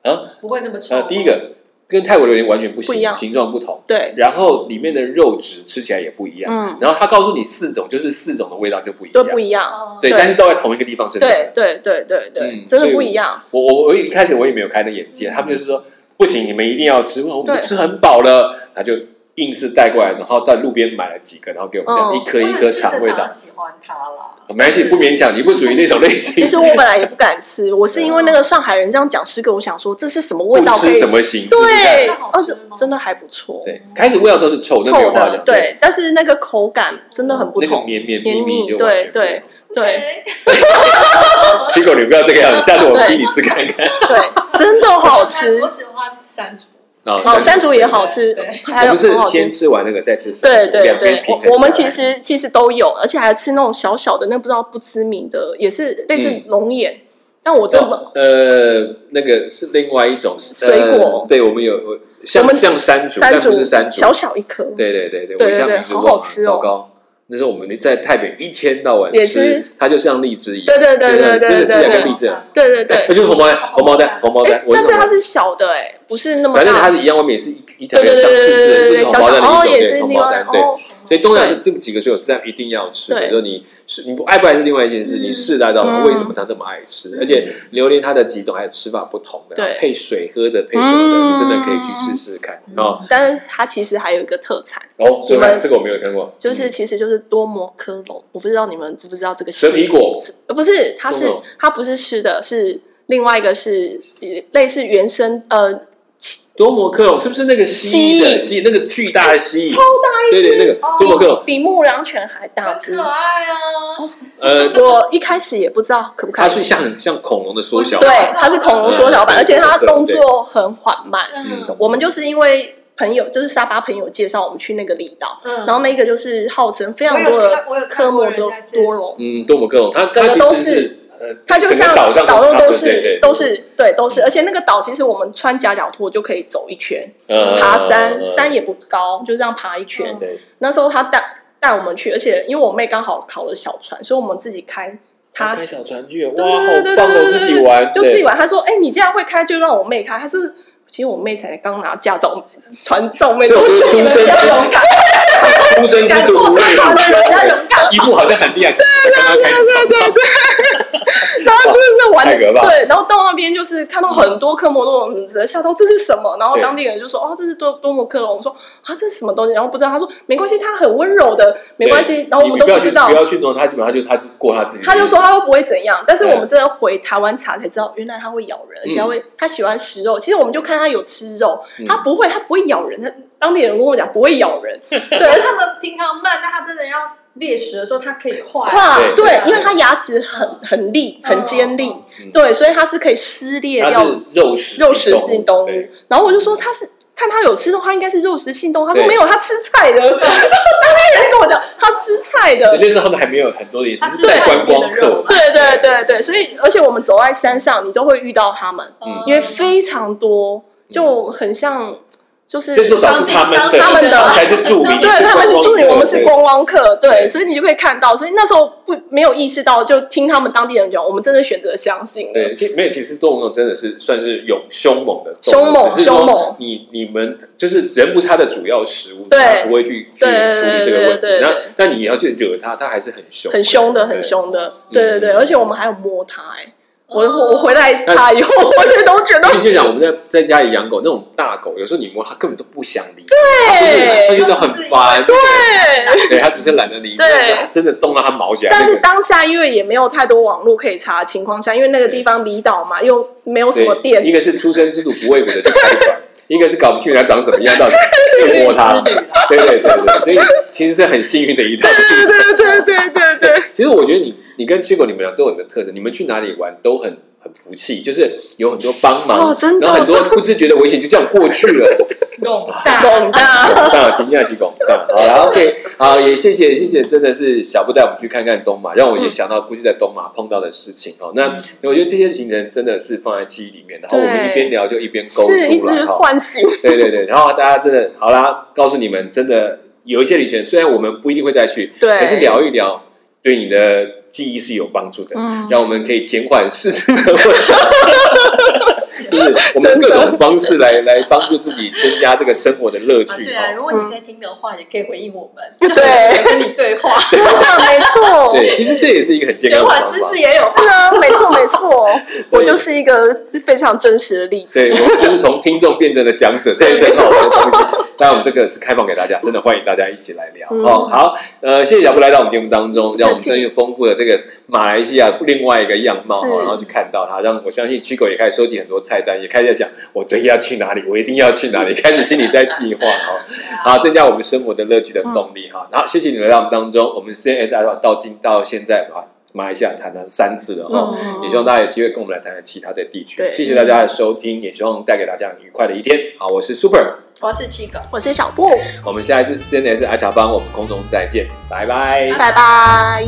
[SPEAKER 1] 啊。
[SPEAKER 3] 不会那么臭
[SPEAKER 1] 呃，。第一个跟泰国榴莲完全不
[SPEAKER 2] 不一
[SPEAKER 1] 行，
[SPEAKER 2] 样
[SPEAKER 1] 形状不同。
[SPEAKER 2] 对，
[SPEAKER 1] 然后里面的肉质吃起来也不一样，
[SPEAKER 2] 嗯
[SPEAKER 1] 然后他告诉你四种，就是四种的味道就不一
[SPEAKER 2] 都
[SPEAKER 1] 样，
[SPEAKER 2] 不一样，
[SPEAKER 3] 哦
[SPEAKER 1] 对，
[SPEAKER 2] 对
[SPEAKER 1] 但是都在同一个地方生长。
[SPEAKER 2] 对对对对对
[SPEAKER 1] 嗯，
[SPEAKER 2] 真
[SPEAKER 1] 所
[SPEAKER 2] 的
[SPEAKER 1] 以
[SPEAKER 2] 不一样。
[SPEAKER 1] 我我我一开始我也没有开那眼界，他们就是说不行，你们一定要吃，我们
[SPEAKER 2] 对
[SPEAKER 1] 吃很饱了，他就硬是带过来，然后在路边买了几个，然后给我们这样
[SPEAKER 2] 嗯
[SPEAKER 1] 一颗一颗尝味道。哦
[SPEAKER 3] 喜欢它啦。
[SPEAKER 1] 没关系，不勉强，你不属于那种类型。
[SPEAKER 2] 其实我本来也不敢 吃，我是因为那个上海人这样讲十个，我想说这是什么 味
[SPEAKER 1] 不
[SPEAKER 2] 道可
[SPEAKER 1] 吃
[SPEAKER 2] 以？
[SPEAKER 1] 怎么行？是不是
[SPEAKER 2] 对，
[SPEAKER 3] 那好
[SPEAKER 2] 而
[SPEAKER 3] 吃
[SPEAKER 2] 且
[SPEAKER 3] 吗
[SPEAKER 2] 真的还不错，
[SPEAKER 1] 对，开始味道都是臭，那没有
[SPEAKER 2] 臭
[SPEAKER 1] 话讲哦
[SPEAKER 2] 的，。对，但是那个口感真的很不
[SPEAKER 1] 那个
[SPEAKER 2] 同，
[SPEAKER 1] 绵绵密
[SPEAKER 2] 绵
[SPEAKER 1] 密
[SPEAKER 2] 密，
[SPEAKER 1] 就完
[SPEAKER 2] 对
[SPEAKER 1] 全不一样
[SPEAKER 2] 对。对
[SPEAKER 1] 结果你不要这个样子，下次我逼你吃看 看。
[SPEAKER 2] 对，真的好吃
[SPEAKER 3] 我。喜欢山竹。
[SPEAKER 2] 哦，山
[SPEAKER 1] 竹
[SPEAKER 2] 竹也好吃
[SPEAKER 3] 对，
[SPEAKER 2] 还
[SPEAKER 1] 我
[SPEAKER 2] 有
[SPEAKER 1] 们是
[SPEAKER 2] 很好
[SPEAKER 1] 先
[SPEAKER 2] 吃。
[SPEAKER 1] 吃完那个再吃山
[SPEAKER 2] 对
[SPEAKER 1] 竹，
[SPEAKER 2] 对
[SPEAKER 1] 两边
[SPEAKER 2] 对
[SPEAKER 1] 平，衡
[SPEAKER 2] 我我们
[SPEAKER 1] 下来
[SPEAKER 2] 其实其实都有，而且还吃那种小小的，那不知道不知名的，也是类似
[SPEAKER 1] 嗯
[SPEAKER 2] 龙眼，但我真的
[SPEAKER 1] 呃，那个是另外一种
[SPEAKER 2] 水果
[SPEAKER 1] 呃对我们有有像
[SPEAKER 2] 我们
[SPEAKER 1] 像山竹，
[SPEAKER 2] 山
[SPEAKER 1] 但
[SPEAKER 2] 竹
[SPEAKER 1] 不是山竹
[SPEAKER 2] 小。小一颗，
[SPEAKER 1] 对对对对，
[SPEAKER 2] 对
[SPEAKER 1] 我一下
[SPEAKER 2] 对
[SPEAKER 1] 名字
[SPEAKER 2] 好
[SPEAKER 1] 忘了
[SPEAKER 2] 好吃哦
[SPEAKER 1] 糟糕。那时候我们在台北一天到晚
[SPEAKER 2] 也
[SPEAKER 1] 吃
[SPEAKER 2] 吃，
[SPEAKER 1] 它就像荔枝一样，
[SPEAKER 2] 对对对对对
[SPEAKER 1] 真的
[SPEAKER 2] 对
[SPEAKER 1] 吃起来
[SPEAKER 2] 对
[SPEAKER 1] 跟荔枝一样，
[SPEAKER 2] 对对 对
[SPEAKER 1] 哎，就是红毛丹，红毛丹，红毛
[SPEAKER 2] 哎
[SPEAKER 1] 丹，，我
[SPEAKER 2] 但是
[SPEAKER 1] 红毛
[SPEAKER 2] 它
[SPEAKER 1] 丹
[SPEAKER 2] 是小的哎，不是那么
[SPEAKER 1] 反正它
[SPEAKER 2] 大。
[SPEAKER 1] 是一样，外面也是一一条
[SPEAKER 2] 对
[SPEAKER 1] 像
[SPEAKER 2] 对对
[SPEAKER 1] 刺刺的，就
[SPEAKER 2] 对对
[SPEAKER 1] 是
[SPEAKER 2] 对，
[SPEAKER 1] 红
[SPEAKER 2] 小
[SPEAKER 1] 毛
[SPEAKER 2] 小
[SPEAKER 1] 丹的
[SPEAKER 2] 哦
[SPEAKER 1] 一种，
[SPEAKER 2] 也是
[SPEAKER 1] 对，红
[SPEAKER 2] 另
[SPEAKER 1] 毛
[SPEAKER 2] 外
[SPEAKER 1] 丹，对。
[SPEAKER 2] 哦，
[SPEAKER 1] 所以东南亚的
[SPEAKER 2] 对
[SPEAKER 1] 这几个水果是一定要吃的，
[SPEAKER 2] 对
[SPEAKER 1] 就是你是你不爱不爱是另外一件事，
[SPEAKER 3] 嗯
[SPEAKER 1] 你试大到了
[SPEAKER 2] 嗯
[SPEAKER 1] 为什么他那么爱吃，而且榴莲它的几种还有吃法不同的啊
[SPEAKER 2] 对，
[SPEAKER 1] 配水喝的，配什么的，
[SPEAKER 2] 嗯
[SPEAKER 1] 你真的可以去试试看啊。
[SPEAKER 2] 但是它其实还有一个特产，
[SPEAKER 1] 哦，
[SPEAKER 2] 你
[SPEAKER 1] 对
[SPEAKER 2] 们
[SPEAKER 1] 吧？这个我没有看过，嗯
[SPEAKER 2] 就是其实就是多摩科龙，我不知道你们知不知道这个
[SPEAKER 1] 蛇皮
[SPEAKER 2] 系
[SPEAKER 1] 果，
[SPEAKER 2] 呃，不是，它是
[SPEAKER 1] 多摩
[SPEAKER 2] 它不是吃的，是另外一个是呃类似原生呃
[SPEAKER 1] 多摩克隆是不是那个蜥蜴的
[SPEAKER 2] 蜥
[SPEAKER 1] 蜥蜴？那个巨大的蜥蜴
[SPEAKER 2] 超，大一
[SPEAKER 1] 对对，那
[SPEAKER 2] 只，
[SPEAKER 1] 个
[SPEAKER 3] 哦
[SPEAKER 1] 多摩克隆，
[SPEAKER 2] 比牧羊犬还大
[SPEAKER 3] 很
[SPEAKER 2] 只
[SPEAKER 3] 可。爱啊！
[SPEAKER 2] 哦
[SPEAKER 1] 呃，
[SPEAKER 2] 我一开始也不知道可不可
[SPEAKER 1] 它
[SPEAKER 2] 以，
[SPEAKER 1] 是像很像恐龙的缩小，
[SPEAKER 2] 对，它是恐龙缩小版，
[SPEAKER 1] 嗯
[SPEAKER 2] 而且它
[SPEAKER 1] 对对对
[SPEAKER 2] 动作很缓慢。
[SPEAKER 1] 嗯
[SPEAKER 3] 嗯
[SPEAKER 2] 我们就是因为朋友，就是沙巴朋友介绍我们去那个离岛，
[SPEAKER 3] 嗯
[SPEAKER 2] 然后那个就是号称非常
[SPEAKER 3] 我有
[SPEAKER 2] 多
[SPEAKER 3] 看我有
[SPEAKER 2] 的
[SPEAKER 3] 看
[SPEAKER 2] 科
[SPEAKER 3] 过
[SPEAKER 2] 莫
[SPEAKER 3] 人
[SPEAKER 2] 多
[SPEAKER 3] 家介绍
[SPEAKER 2] 多龙，
[SPEAKER 1] 嗯，多摩克隆，它它
[SPEAKER 2] 整个都
[SPEAKER 1] 其实
[SPEAKER 2] 是
[SPEAKER 1] 是，呃
[SPEAKER 2] 它就像
[SPEAKER 1] 整个岛上
[SPEAKER 2] 上
[SPEAKER 1] 都
[SPEAKER 2] 都
[SPEAKER 1] 是啊对对
[SPEAKER 2] 是都是对都是，而且那个岛其实我们穿夹脚拖就可以走一圈，
[SPEAKER 1] 呃
[SPEAKER 2] 爬山山也不高，就这样爬一圈
[SPEAKER 3] 嗯。
[SPEAKER 1] 对，
[SPEAKER 2] 那时候他带带我们去，而且因为我妹刚好考了小船，所以我们自己开。她
[SPEAKER 1] 开小船去，
[SPEAKER 2] 对
[SPEAKER 1] 哇，好
[SPEAKER 2] 对对对
[SPEAKER 1] 棒哦，
[SPEAKER 2] 对
[SPEAKER 1] 自
[SPEAKER 2] 对
[SPEAKER 1] 己玩，
[SPEAKER 2] 就自己
[SPEAKER 1] 对。
[SPEAKER 2] 玩。他说：“哎、你既然会开，就让我妹开。”他是，其实我妹才刚拿驾照，船照妹
[SPEAKER 1] 这
[SPEAKER 2] 都
[SPEAKER 1] 种就是出
[SPEAKER 2] 你
[SPEAKER 1] 生
[SPEAKER 2] 们
[SPEAKER 1] 之
[SPEAKER 2] 比较
[SPEAKER 1] 出
[SPEAKER 2] 勇敢。
[SPEAKER 1] 出生之 犊不畏
[SPEAKER 3] 敢做大船的人要 勇
[SPEAKER 1] 敢，一副好像很厉害，对对对对
[SPEAKER 2] 然后真的是玩
[SPEAKER 1] 太可怕
[SPEAKER 2] 对，然后到那边就是看到很多科摩多龙，直接吓到这是什么？然后
[SPEAKER 1] 对
[SPEAKER 2] 当地人就说：“哦，这是多多摩克龙。”我说：“啊，这是什么东西？”然后不知道，他说：“没关系，他很温柔的，没关系。”然后我们
[SPEAKER 1] 你
[SPEAKER 2] 都
[SPEAKER 1] 不要去
[SPEAKER 2] 知道
[SPEAKER 1] 不。要去弄他，基本上就是他过他自己的日子。
[SPEAKER 2] 他就说他都不会怎样，但是
[SPEAKER 1] 对
[SPEAKER 2] 我们真的回台湾查才知道，原来他会咬人，而且他会、他喜欢吃肉。其实我们就看他有吃肉，
[SPEAKER 1] 嗯
[SPEAKER 2] 他不会，他不会咬人。他当地人跟我讲不会 咬人，对，而
[SPEAKER 3] 而
[SPEAKER 2] 且
[SPEAKER 3] 且他们平常慢，但他真的要猎食的时候，他可以快。嗯
[SPEAKER 2] 跨
[SPEAKER 1] 对
[SPEAKER 2] 对，因为他牙齿很很利，很尖利，
[SPEAKER 1] 嗯
[SPEAKER 2] 对，所以他是可以撕裂
[SPEAKER 1] 他
[SPEAKER 2] 掉
[SPEAKER 1] 是肉食
[SPEAKER 2] 肉食性动物
[SPEAKER 1] 对。
[SPEAKER 2] 然后我就说他是。看他有吃肉，他应该是肉食性动物。他说
[SPEAKER 1] 对
[SPEAKER 2] 没有，他吃菜 的。当地人跟我讲，他吃菜的
[SPEAKER 1] 对。那时候他们还没有很多的，只
[SPEAKER 3] 他
[SPEAKER 1] 是
[SPEAKER 3] 是
[SPEAKER 1] 在
[SPEAKER 3] 在
[SPEAKER 1] 观
[SPEAKER 3] 里
[SPEAKER 1] 光
[SPEAKER 3] 面的
[SPEAKER 1] 客嘛
[SPEAKER 3] 肉吧。
[SPEAKER 2] 对对对对，所以而且我们走在山上，你都会遇到他们。
[SPEAKER 1] 嗯
[SPEAKER 2] 因为非常多，就很像就是
[SPEAKER 1] 这座岛是他们的，
[SPEAKER 2] 他们的
[SPEAKER 1] 才是著名，
[SPEAKER 2] 对
[SPEAKER 1] 是
[SPEAKER 2] 他们是助理，
[SPEAKER 1] 观光客
[SPEAKER 2] 我们是
[SPEAKER 1] 对
[SPEAKER 2] 观光客，
[SPEAKER 1] 对
[SPEAKER 2] 对，所以你就可以看到，所以那时候不没有意识到，就听他们当地人讲，我们真的选择相信了
[SPEAKER 1] 对，其实没有，其实动物真的是算是有凶猛的动物，
[SPEAKER 2] 凶猛
[SPEAKER 1] 只是说
[SPEAKER 2] 凶猛
[SPEAKER 1] 你你们就是人不是它的主要食物，
[SPEAKER 2] 对
[SPEAKER 1] 它不会去去处
[SPEAKER 2] 对对
[SPEAKER 1] 理这个问题
[SPEAKER 2] 对对对。
[SPEAKER 1] 然后，但你要去惹它，它还是很凶，
[SPEAKER 2] 很凶的，很。凶的，对对对，
[SPEAKER 1] 嗯哦
[SPEAKER 2] 而且我们还有摸它，哎，我我回来查 以后，我也都觉得
[SPEAKER 1] 所以你就讲我们在在家里养狗那种大狗，有时候你摸它根本都不想理，对它觉得很烦，
[SPEAKER 2] 哎对。
[SPEAKER 1] 对，它只是懒得理你，
[SPEAKER 2] 对
[SPEAKER 1] 它真的动到它毛起来。
[SPEAKER 2] 但是当下因为也没有太多网络可以查的情况下，因为那个地方离岛嘛，又没有什么
[SPEAKER 1] 对，
[SPEAKER 2] 店
[SPEAKER 1] 一，个是出生之犊不畏虎的去开船，一个是搞不清楚它长什么样， 到底去摸它。对对对对，所以其实是很幸运的一趟。
[SPEAKER 2] 对对对对对对，
[SPEAKER 1] 其实我觉得你你跟 Chico 你们俩都有你的特色，你们去哪里玩都很很服气，就是有很多帮忙，
[SPEAKER 2] 哦真的
[SPEAKER 1] 然后很多不自觉的危险就这样过去了。
[SPEAKER 3] 懂 大
[SPEAKER 2] 懂 的。
[SPEAKER 1] 大请假西拱大，好，然后 OK，好，也谢谢谢谢，真的是小布带我们去看看东马，让我也想到过去在东马碰到的事情哦。那我觉得这些行程真的是放在记忆里面，然后我们
[SPEAKER 2] 对
[SPEAKER 1] 一边聊就一边勾
[SPEAKER 2] 是一
[SPEAKER 1] 出
[SPEAKER 2] 直
[SPEAKER 1] 来哈。
[SPEAKER 2] 唤醒，
[SPEAKER 1] 对对对，然后大家真的好啦，告诉你们，真的有一些旅行，虽然我们不一定会再去，
[SPEAKER 2] 对
[SPEAKER 1] 可是聊一聊，对你的记忆是有帮助的，
[SPEAKER 2] 嗯
[SPEAKER 1] 让我们可以减缓事情的问 题。就是我们各种方式来来帮助自己增加这个生活的乐
[SPEAKER 3] 啊
[SPEAKER 1] 趣
[SPEAKER 3] 对啊，
[SPEAKER 1] 哦
[SPEAKER 3] 如果
[SPEAKER 2] 嗯
[SPEAKER 3] 你在听的话，也可以回应我们，
[SPEAKER 2] 对
[SPEAKER 3] 跟你对 话。
[SPEAKER 2] 真的没错，
[SPEAKER 1] 哦对，其实这也是一个很健康
[SPEAKER 3] 减
[SPEAKER 1] 的
[SPEAKER 3] 缓
[SPEAKER 1] 方
[SPEAKER 3] 失
[SPEAKER 1] 法
[SPEAKER 3] 智。也有
[SPEAKER 2] 是啊，没错没错，我就是一个非常真实的例子。
[SPEAKER 1] 对，我们就是从听众变成了讲者，这也是很好玩的东西。当然，我们这个是开放给大家，真的欢迎大家一起来聊、
[SPEAKER 2] 嗯
[SPEAKER 1] 哦。好，呃，谢谢小布来到我们节目当中，让我们真的丰富了这个马来西亚另外一个样貌、哦，
[SPEAKER 2] 是
[SPEAKER 1] 然后去看到它，让我相信七狗也开始收集很多菜单，也开始在想我最近要去哪里，我一定要去哪里，开始心里在计划 哦。好，增加我们生活的乐趣
[SPEAKER 2] 嗯
[SPEAKER 1] 的动力哈。好，谢谢你们来到我们当中，我们 CSR 到今到现在啊，马来西亚谈了三次了哈。哦
[SPEAKER 2] 嗯
[SPEAKER 1] 也希望大家有机会跟我们来谈谈其他的地区。
[SPEAKER 2] 对
[SPEAKER 1] 谢谢大家的收听，也希望带给大家很愉快的一天。好，我是 Super，
[SPEAKER 3] 我是七狗。
[SPEAKER 2] 我是小布，
[SPEAKER 1] 我们下一次 CNS 爱茶帮，我们空中再见，拜拜。
[SPEAKER 2] 拜拜。